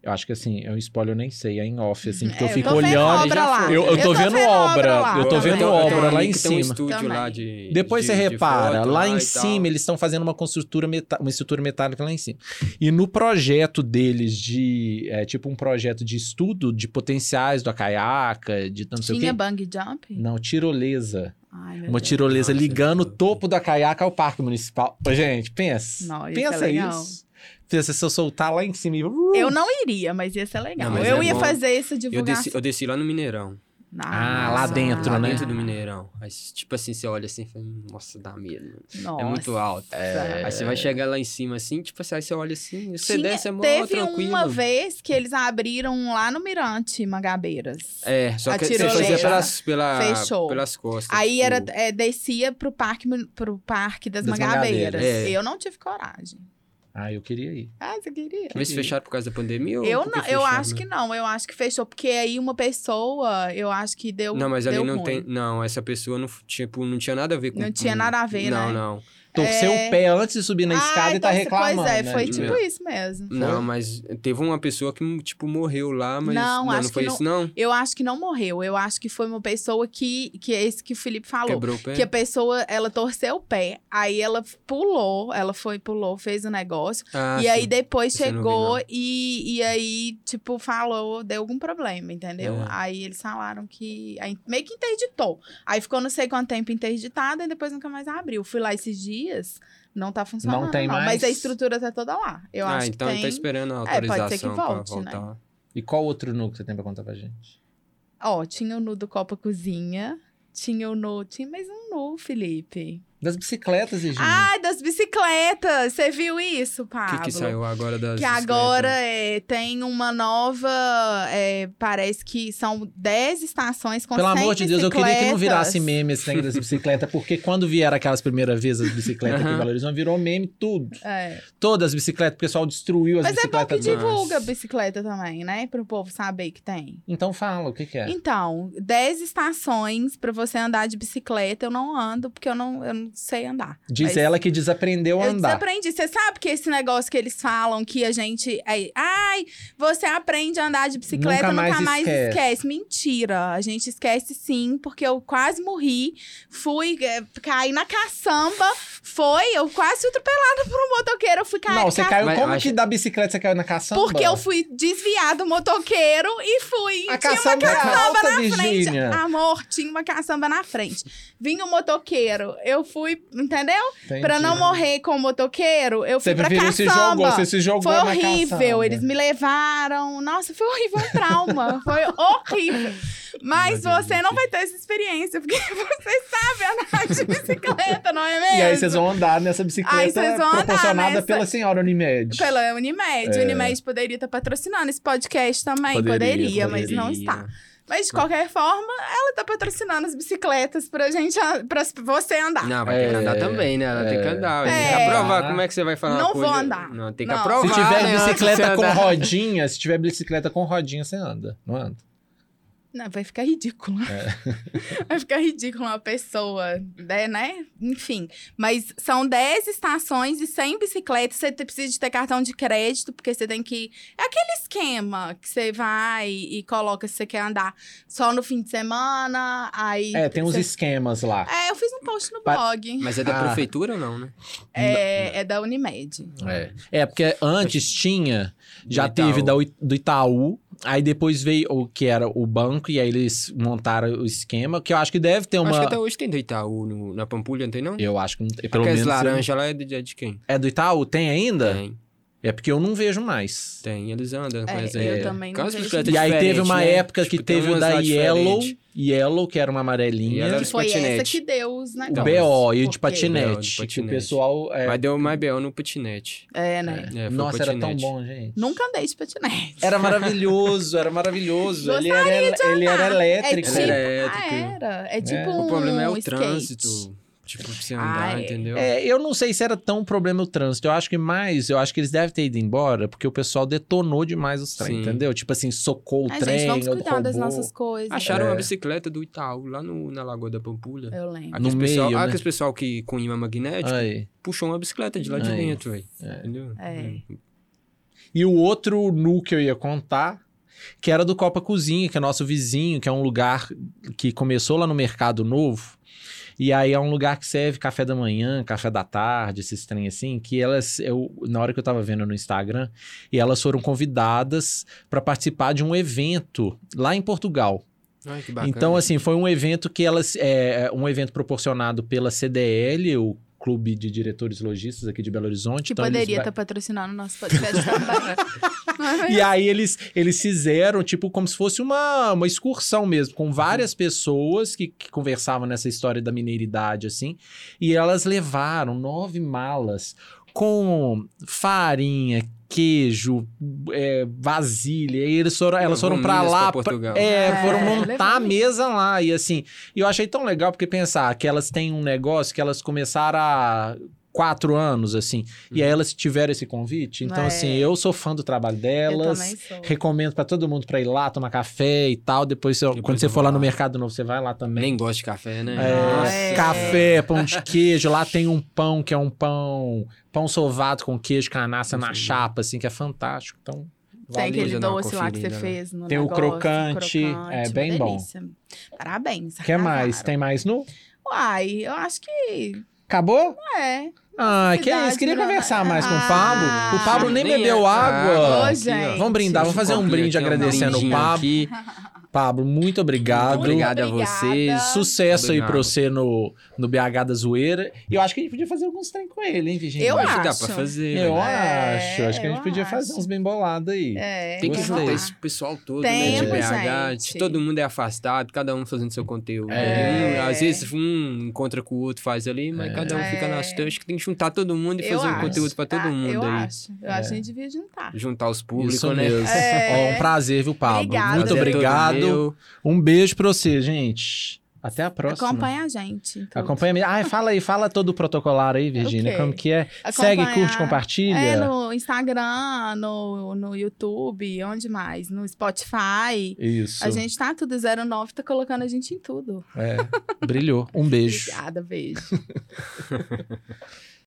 Speaker 3: Eu acho que assim, é um spoiler, eu nem sei, é em off, assim, porque
Speaker 4: É,
Speaker 3: eu fico
Speaker 4: tô vendo
Speaker 3: olhando.
Speaker 4: obra
Speaker 5: já
Speaker 4: lá.
Speaker 5: foi.
Speaker 3: Eu, eu tô, vendo obra, eu tô
Speaker 5: Eu
Speaker 3: vendo
Speaker 5: tenho- eu tenho um
Speaker 3: obra lá
Speaker 5: amigo
Speaker 3: em
Speaker 5: que tem um
Speaker 3: cima.
Speaker 5: estúdio
Speaker 4: é né? Também.
Speaker 5: lá de.
Speaker 3: Depois
Speaker 5: de-
Speaker 3: você
Speaker 5: de
Speaker 3: repara,
Speaker 5: foto
Speaker 3: lá em
Speaker 5: e
Speaker 3: cima
Speaker 5: tal.
Speaker 3: eles estão fazendo uma construtura meta- uma estrutura metálica lá em cima. E no projeto deles de é, tipo um projeto de estudo de potenciais do caiaca, de não sei o quê.
Speaker 4: Tinha bang jump?
Speaker 3: Não, tirolesa.
Speaker 4: Ai, meu
Speaker 3: Uma
Speaker 4: Deus.
Speaker 3: tirolesa
Speaker 5: Nossa,
Speaker 3: ligando o
Speaker 5: que
Speaker 3: topo da caiaca ao parque municipal. Ô, gente, pensa.
Speaker 4: Não, isso é
Speaker 3: pensa
Speaker 4: legal.
Speaker 3: isso. Pensa se eu soltar lá em cima e... uh,
Speaker 4: Eu não iria, mas ia ser legal.
Speaker 5: Não, mas
Speaker 4: eu
Speaker 5: é
Speaker 4: ia
Speaker 5: bom.
Speaker 4: fazer essa
Speaker 5: Eu
Speaker 4: divulgação.
Speaker 5: desci, eu desci lá no Mineirão.
Speaker 3: Ah, lá
Speaker 4: nossa.
Speaker 3: dentro,
Speaker 5: lá
Speaker 3: né?
Speaker 5: dentro do Mineirão. Aí, tipo assim, você olha assim e fala, nossa, dá medo.
Speaker 4: Nossa.
Speaker 5: É muito alto. É. Aí você vai chegar lá em cima assim, tipo assim, aí você olha assim, você
Speaker 4: É. Tinha-
Speaker 5: desce, é mó
Speaker 4: Teve
Speaker 5: tranquilo.
Speaker 4: uma vez que eles abriram lá no Mirante Magabeiras.
Speaker 5: É, só
Speaker 4: A
Speaker 5: que você
Speaker 4: tirolesa.
Speaker 5: fazia pelas, pela-
Speaker 4: Fechou.
Speaker 5: pelas costas.
Speaker 4: Aí
Speaker 5: tipo,
Speaker 4: era, é, descia pro parque, pro parque das,
Speaker 3: Das
Speaker 4: Magabeiras.
Speaker 5: Magabeiras, é.
Speaker 4: Eu não tive coragem.
Speaker 3: Ah, eu queria ir.
Speaker 4: Ah, você queria?
Speaker 5: Mas fecharam por causa da pandemia? ou
Speaker 4: Eu,
Speaker 5: por que né?
Speaker 4: não, eu
Speaker 5: fecharam?
Speaker 4: acho que não, eu acho que fechou, porque aí uma pessoa, eu acho que deu.
Speaker 5: Não, mas ali
Speaker 4: deu
Speaker 5: não
Speaker 4: ruim.
Speaker 5: tem. Não, essa pessoa não, f- tipo, não tinha nada a ver com.
Speaker 4: Não tinha nada a ver,
Speaker 5: não,
Speaker 4: né?
Speaker 5: Não,
Speaker 3: Torceu
Speaker 4: É.
Speaker 3: o pé antes de subir na
Speaker 4: Ah,
Speaker 3: escada e tá
Speaker 4: então,
Speaker 3: reclamando.
Speaker 4: Pois é,
Speaker 3: né?
Speaker 4: foi
Speaker 5: de-
Speaker 4: tipo isso mesmo.
Speaker 5: não. mas teve uma pessoa que, tipo, morreu lá, mas.
Speaker 4: Não, acho
Speaker 5: foi
Speaker 4: que
Speaker 5: isso, não.
Speaker 4: Eu acho que não morreu, eu acho que foi uma pessoa que, que é esse que o Felipe falou.
Speaker 5: Quebrou o pé.
Speaker 4: Que a pessoa, ela torceu o pé, aí ela pulou, ela foi, pulou, fez o negócio.
Speaker 5: Ah,
Speaker 4: e aí
Speaker 5: sim.
Speaker 4: depois
Speaker 5: Isso eu não vi,
Speaker 4: chegou
Speaker 5: não.
Speaker 4: e, e aí, tipo, falou, deu algum problema, entendeu?
Speaker 5: É.
Speaker 4: Aí eles falaram que. aí meio que interditou. Aí ficou não sei quanto tempo interditada e depois nunca mais abriu. Fui lá esses dias, não tá funcionando.
Speaker 3: tem mais?
Speaker 4: Mas a estrutura tá toda lá. Eu
Speaker 5: ah,
Speaker 4: acho
Speaker 5: então
Speaker 4: que
Speaker 5: ele tá
Speaker 4: tem.
Speaker 5: esperando a
Speaker 4: É, pode ser que
Speaker 5: autorização
Speaker 4: volte,
Speaker 5: pra
Speaker 4: né?
Speaker 5: voltar.
Speaker 3: E qual outro nu que você tem pra contar pra gente?
Speaker 4: Ó, tinha o nu do Copa Cozinha. Tinha o nu. Tinha mais um nu, Felipe.
Speaker 3: Das bicicletas, Regina.
Speaker 4: Ai, das bicicletas! Você viu isso,
Speaker 5: O
Speaker 4: Pablo?
Speaker 5: que, que saiu agora das
Speaker 4: Que
Speaker 5: bicicletas?
Speaker 4: agora é, tem uma nova. é, parece que são 10 estações com
Speaker 3: Pelo
Speaker 4: 100
Speaker 3: amor de Deus, eu queria que não
Speaker 4: bicicletas.
Speaker 3: virasse meme esse negócio das bicicletas, porque quando vieram aquelas primeiras vezes as bicicletas aqui em
Speaker 5: Aham.
Speaker 3: Belo Horizonte, virou meme tudo.
Speaker 4: É.
Speaker 3: Todas as bicicletas, o pessoal destruiu as
Speaker 4: Mas é bom que
Speaker 3: bicicletas.
Speaker 5: de-
Speaker 4: divulga a
Speaker 5: Nossa.
Speaker 4: bicicleta também, né? Pro povo saber que tem.
Speaker 3: Então fala, o que, que é?
Speaker 4: Então, 10 estações pra você andar de bicicleta. Eu não ando, porque eu não, eu não sei andar.
Speaker 3: Diz
Speaker 4: mas-
Speaker 3: ela que desaprendeu a
Speaker 4: Eu
Speaker 3: andar.
Speaker 4: desaprendi. Você sabe que esse negócio que eles falam que a gente. aí, ai, você aprende a andar de bicicleta,
Speaker 3: Nunca
Speaker 4: nunca mais,
Speaker 3: mais esquece.
Speaker 4: esquece. Mentira. A gente esquece sim, porque eu quase morri. Fui é, caí na caçamba. Foi, eu quase fui atropelada por um motoqueiro. Eu fui cair.
Speaker 3: Não, você caiu.
Speaker 5: Mas
Speaker 3: Como
Speaker 5: acho-
Speaker 3: que da bicicleta você caiu na caçamba?
Speaker 4: Porque eu fui desviar do motoqueiro e fui.
Speaker 3: A
Speaker 4: Tinha
Speaker 3: caçamba é
Speaker 4: uma caçamba
Speaker 3: alta,
Speaker 4: na
Speaker 3: Virgínia.
Speaker 4: frente. Amor, tinha uma caçamba na frente. Vinha o motoqueiro. Eu fui, entendeu?
Speaker 3: Entendi.
Speaker 4: Pra não morrer com o motoqueiro, eu fui
Speaker 3: Você
Speaker 4: pra
Speaker 3: preferiu
Speaker 4: caçamba.
Speaker 3: se jogou, você se jogou
Speaker 4: Foi
Speaker 3: na
Speaker 4: horrível,
Speaker 3: caçamba.
Speaker 4: eles me levaram. Nossa, foi horrível, um trauma. foi horrível. Mas você não vai ter essa experiência, porque você sabe andar de bicicleta, não é mesmo?
Speaker 3: E aí vocês vão andar nessa
Speaker 4: Aí
Speaker 3: bicicleta
Speaker 4: vocês vão andar
Speaker 3: proporcionada
Speaker 4: nessa-
Speaker 3: pela senhora Unimed.
Speaker 4: Pela Unimed.
Speaker 3: É.
Speaker 4: A Unimed poderia estar patrocinando esse podcast também. Poderia, mas não está. Mas de qualquer forma, ela tá patrocinando as bicicletas pra gente, pra você
Speaker 3: Ah,
Speaker 4: andar.
Speaker 5: Não, vai ter que
Speaker 3: é,
Speaker 5: andar também, né? Ela tem que andar. ué. Tem que
Speaker 4: É.
Speaker 5: aprovar. Como é que você vai falar uma
Speaker 4: Não vou
Speaker 5: coisa?
Speaker 4: andar.
Speaker 5: Não, tem que
Speaker 4: Não.
Speaker 5: aprovar.
Speaker 3: Se tiver
Speaker 5: né, antes de
Speaker 3: bicicleta
Speaker 5: você
Speaker 3: com
Speaker 5: andar.
Speaker 3: rodinha, se tiver bicicleta com rodinha, você anda, não anda?
Speaker 4: Não, vai ficar ridículo.
Speaker 3: É.
Speaker 4: vai ficar ridículo uma pessoa, né, né? Enfim. Mas são 10 estações e 100 bicicletas. Você te- precisa de ter cartão de crédito, porque você tem que. É aquele esquema que você vai e coloca se você quer andar só no fim de semana. Aí.
Speaker 3: É, tem uns
Speaker 4: você-
Speaker 3: esquemas lá.
Speaker 4: É, eu fiz um post no
Speaker 3: Pa-
Speaker 4: blog.
Speaker 5: Mas é da
Speaker 3: Ah.
Speaker 5: prefeitura ou não, né?
Speaker 4: É, é da Unimed.
Speaker 3: É. porque antes tinha, já
Speaker 5: Do
Speaker 3: teve
Speaker 5: Itaú.
Speaker 3: da Ui- do Itaú, aí depois veio o que era o banco, e aí eles montaram o esquema, que eu acho que deve ter uma.
Speaker 5: Acho que
Speaker 4: é
Speaker 5: até hoje tem do Itaú no- na Pampulha, não tem não?
Speaker 3: Eu acho que não tem. Pelo menos.
Speaker 5: Aquelas
Speaker 3: eu-
Speaker 5: laranjas lá é de, é de quem?
Speaker 3: É do Itaú? Tem ainda?
Speaker 5: Tem,
Speaker 3: É porque eu não vejo mais.
Speaker 5: tem. Eles andam com
Speaker 4: É,
Speaker 5: essa
Speaker 4: eu
Speaker 5: aí.
Speaker 4: também não
Speaker 5: Com as
Speaker 4: vejo.
Speaker 5: bicicletas
Speaker 3: E aí teve
Speaker 5: diferentes,
Speaker 3: uma
Speaker 5: né?
Speaker 3: época que
Speaker 5: Tipo, tem
Speaker 3: teve o
Speaker 5: umas
Speaker 3: da
Speaker 5: lá
Speaker 3: Yellow,
Speaker 5: diferentes.
Speaker 3: Yellow, que era uma amarelinha.
Speaker 5: Yellow
Speaker 4: Que
Speaker 5: de
Speaker 4: foi essa
Speaker 5: patinete.
Speaker 4: que deu os
Speaker 3: O
Speaker 5: Então,
Speaker 4: negócios.
Speaker 3: BO e o de
Speaker 4: Porque-
Speaker 5: É, o
Speaker 3: patinete.
Speaker 5: de
Speaker 3: Que o
Speaker 5: patinete.
Speaker 3: pessoal. é,
Speaker 5: Mas deu mais B.O. no patinete.
Speaker 4: É, né?
Speaker 5: É, foi
Speaker 3: Nossa, era tão
Speaker 5: patinete.
Speaker 3: bom, gente.
Speaker 4: Nunca andei de patinete.
Speaker 3: Era maravilhoso, era maravilhoso. Ele era, ele era
Speaker 4: É
Speaker 3: elétrico.
Speaker 4: tipo,
Speaker 5: Ele era
Speaker 4: ah,
Speaker 5: elétrico.
Speaker 4: era. É tipo um
Speaker 5: O problema é o
Speaker 4: skate.
Speaker 5: trânsito. Tipo, pra você andar,
Speaker 4: Ah, é.
Speaker 5: entendeu?
Speaker 3: É, eu não sei se era tão problema o trânsito. Eu acho que mais, eu acho que eles devem ter ido embora, porque o pessoal detonou demais os trens,
Speaker 5: Sim.
Speaker 3: entendeu? Tipo assim, socou o
Speaker 4: Ai,
Speaker 3: trem, né,
Speaker 4: gente, vamos
Speaker 3: o
Speaker 4: cuidar das
Speaker 3: roubou.
Speaker 4: nossas coisas.
Speaker 5: Acharam
Speaker 3: É.
Speaker 5: uma bicicleta do Itaú lá no, na Lagoa da Pampulha.
Speaker 4: É, Eu lembro.
Speaker 5: Aqueles
Speaker 3: No
Speaker 5: pessoal, ah,
Speaker 3: meio, né? É.
Speaker 5: aqueles pessoal que com imã magnético
Speaker 3: Aí.
Speaker 5: puxou uma bicicleta de lá de
Speaker 3: Aí.
Speaker 5: dentro, velho. Entendeu?
Speaker 4: É.
Speaker 3: E o outro nu que eu ia contar, que era do Copa Cozinha, que é nosso vizinho, que é um lugar que começou lá no Mercado Novo. E aí é um lugar que serve café da manhã, café da tarde, esses trem assim, que elas, eu, na hora que eu tava vendo no Instagram, e elas foram convidadas para participar de um evento lá em Portugal.
Speaker 5: Ai, que bacana.
Speaker 3: Então, assim, foi um evento que elas. É, um evento proporcionado pela CDL, o Clube de Diretores Logistas aqui de Belo Horizonte.
Speaker 4: Que
Speaker 3: Então, eles
Speaker 4: poderia
Speaker 3: vai-
Speaker 4: estar patrocinando o nosso podcast também.
Speaker 3: E aí eles, eles fizeram, tipo, como se fosse uma, uma excursão mesmo, com várias pessoas que, que conversavam nessa história da mineiridade, assim. E elas levaram nove malas com farinha, queijo, é, vasilha. E eles foram, elas foram pra
Speaker 5: Minas
Speaker 3: lá.
Speaker 5: pra
Speaker 3: pra-
Speaker 5: Portugal.
Speaker 3: é,
Speaker 4: É,
Speaker 3: foram montar a
Speaker 4: levando.
Speaker 3: mesa lá. E assim, e eu achei tão legal, porque pensar que elas têm um negócio que elas começaram a quatro anos, assim. E
Speaker 5: Uhum.
Speaker 3: aí elas tiveram esse convite. Então,
Speaker 4: É.
Speaker 3: assim, eu sou fã do trabalho delas.
Speaker 4: Eu também sou.
Speaker 3: Recomendo pra todo mundo pra ir lá tomar café e tal. Depois, eu-
Speaker 5: Depois
Speaker 3: quando você
Speaker 5: eu
Speaker 3: for
Speaker 5: vou
Speaker 3: lá
Speaker 5: lá.
Speaker 3: no Mercado Novo, você vai lá também.
Speaker 5: Nem gosto de café, né?
Speaker 3: É,
Speaker 4: É.
Speaker 3: Café, pão de queijo. Lá tem um pão que é um pão, pão sovado com queijo, canassa na
Speaker 5: Sim.
Speaker 3: chapa, assim, que é fantástico. Então,
Speaker 4: Tem
Speaker 5: Vale
Speaker 4: aquele
Speaker 5: eu dar uma
Speaker 4: doce lá que você
Speaker 5: conferida, né?
Speaker 4: fez no
Speaker 3: Tem o
Speaker 4: negócio,
Speaker 3: crocante, é bem
Speaker 4: uma
Speaker 3: bom.
Speaker 4: delícia. Parabéns.
Speaker 3: quer mais?
Speaker 4: arrasaram.
Speaker 3: Tem mais no?
Speaker 4: Uai, eu acho que
Speaker 3: Acabou?
Speaker 4: é.
Speaker 3: Ah, que é
Speaker 4: Cidade
Speaker 3: isso? Queria
Speaker 4: grande.
Speaker 3: conversar mais com o
Speaker 4: Ah.
Speaker 3: Pablo. O Pablo nem,
Speaker 5: Nem
Speaker 3: bebeu
Speaker 5: é.
Speaker 3: água.
Speaker 5: Ah,
Speaker 4: Ô, gente.
Speaker 3: Vamos brindar, vamos
Speaker 5: Deixa
Speaker 3: fazer
Speaker 5: eu
Speaker 3: um
Speaker 5: cumprir
Speaker 3: brinde
Speaker 5: aqui, ó, um
Speaker 3: agradecendo o
Speaker 5: brindinho
Speaker 3: Pablo.
Speaker 5: aqui.
Speaker 3: Pablo, muito obrigado.
Speaker 5: Obrigado a
Speaker 4: Obrigada.
Speaker 5: vocês.
Speaker 3: Sucesso aí
Speaker 5: Obrigado.
Speaker 3: pra você no, no BH da Zoeira. E eu acho que a gente podia fazer alguns trem com ele, hein, Virginia?
Speaker 4: Eu
Speaker 5: Acho que dá
Speaker 4: acho.
Speaker 5: pra fazer.
Speaker 3: Eu
Speaker 5: né?
Speaker 4: É,
Speaker 3: acho. Acho que a
Speaker 4: eu
Speaker 3: gente podia
Speaker 4: acho.
Speaker 3: fazer uns bem bolados aí.
Speaker 4: É,
Speaker 5: Tem que
Speaker 4: vamos
Speaker 5: juntar
Speaker 4: lá.
Speaker 5: esse pessoal todo, né?
Speaker 4: Temos,
Speaker 5: De BH.
Speaker 4: gente.
Speaker 5: de Todo mundo é afastado, cada um fazendo seu conteúdo.
Speaker 4: É.
Speaker 5: né? Às vezes um encontra com o outro, faz ali, mas cada um fica na
Speaker 4: É.
Speaker 5: sua. Acho que tem que juntar todo mundo e
Speaker 4: Eu
Speaker 5: fazer um
Speaker 4: acho,
Speaker 5: conteúdo pra todo
Speaker 4: tá?
Speaker 5: mundo
Speaker 4: eu
Speaker 5: aí.
Speaker 4: Acho. Eu acho que a gente devia juntar.
Speaker 5: Juntar os públicos,
Speaker 3: Isso
Speaker 5: né?
Speaker 3: mesmo.
Speaker 4: É.
Speaker 3: Ó, um prazer, viu, Pablo?
Speaker 4: Obrigada,
Speaker 3: Muito
Speaker 4: viu?
Speaker 5: Prazer é todo
Speaker 3: obrigado.
Speaker 5: meu.
Speaker 3: Um beijo pra você, gente. Até a próxima.
Speaker 4: Acompanha a gente. então. em tudo.
Speaker 3: Acompanha mesmo. Ah, fala aí, fala todo o protocolar aí, Virginia.
Speaker 4: Ok.
Speaker 3: Como que é?
Speaker 4: Acompanhar-
Speaker 3: Segue, curte, compartilha.
Speaker 4: É, no Instagram, no, no YouTube, onde mais? No Spotify.
Speaker 3: Isso.
Speaker 4: A gente tá tudo 09, tá colocando a gente em tudo.
Speaker 3: É. Brilhou. Um beijo.
Speaker 4: Obrigada, beijo.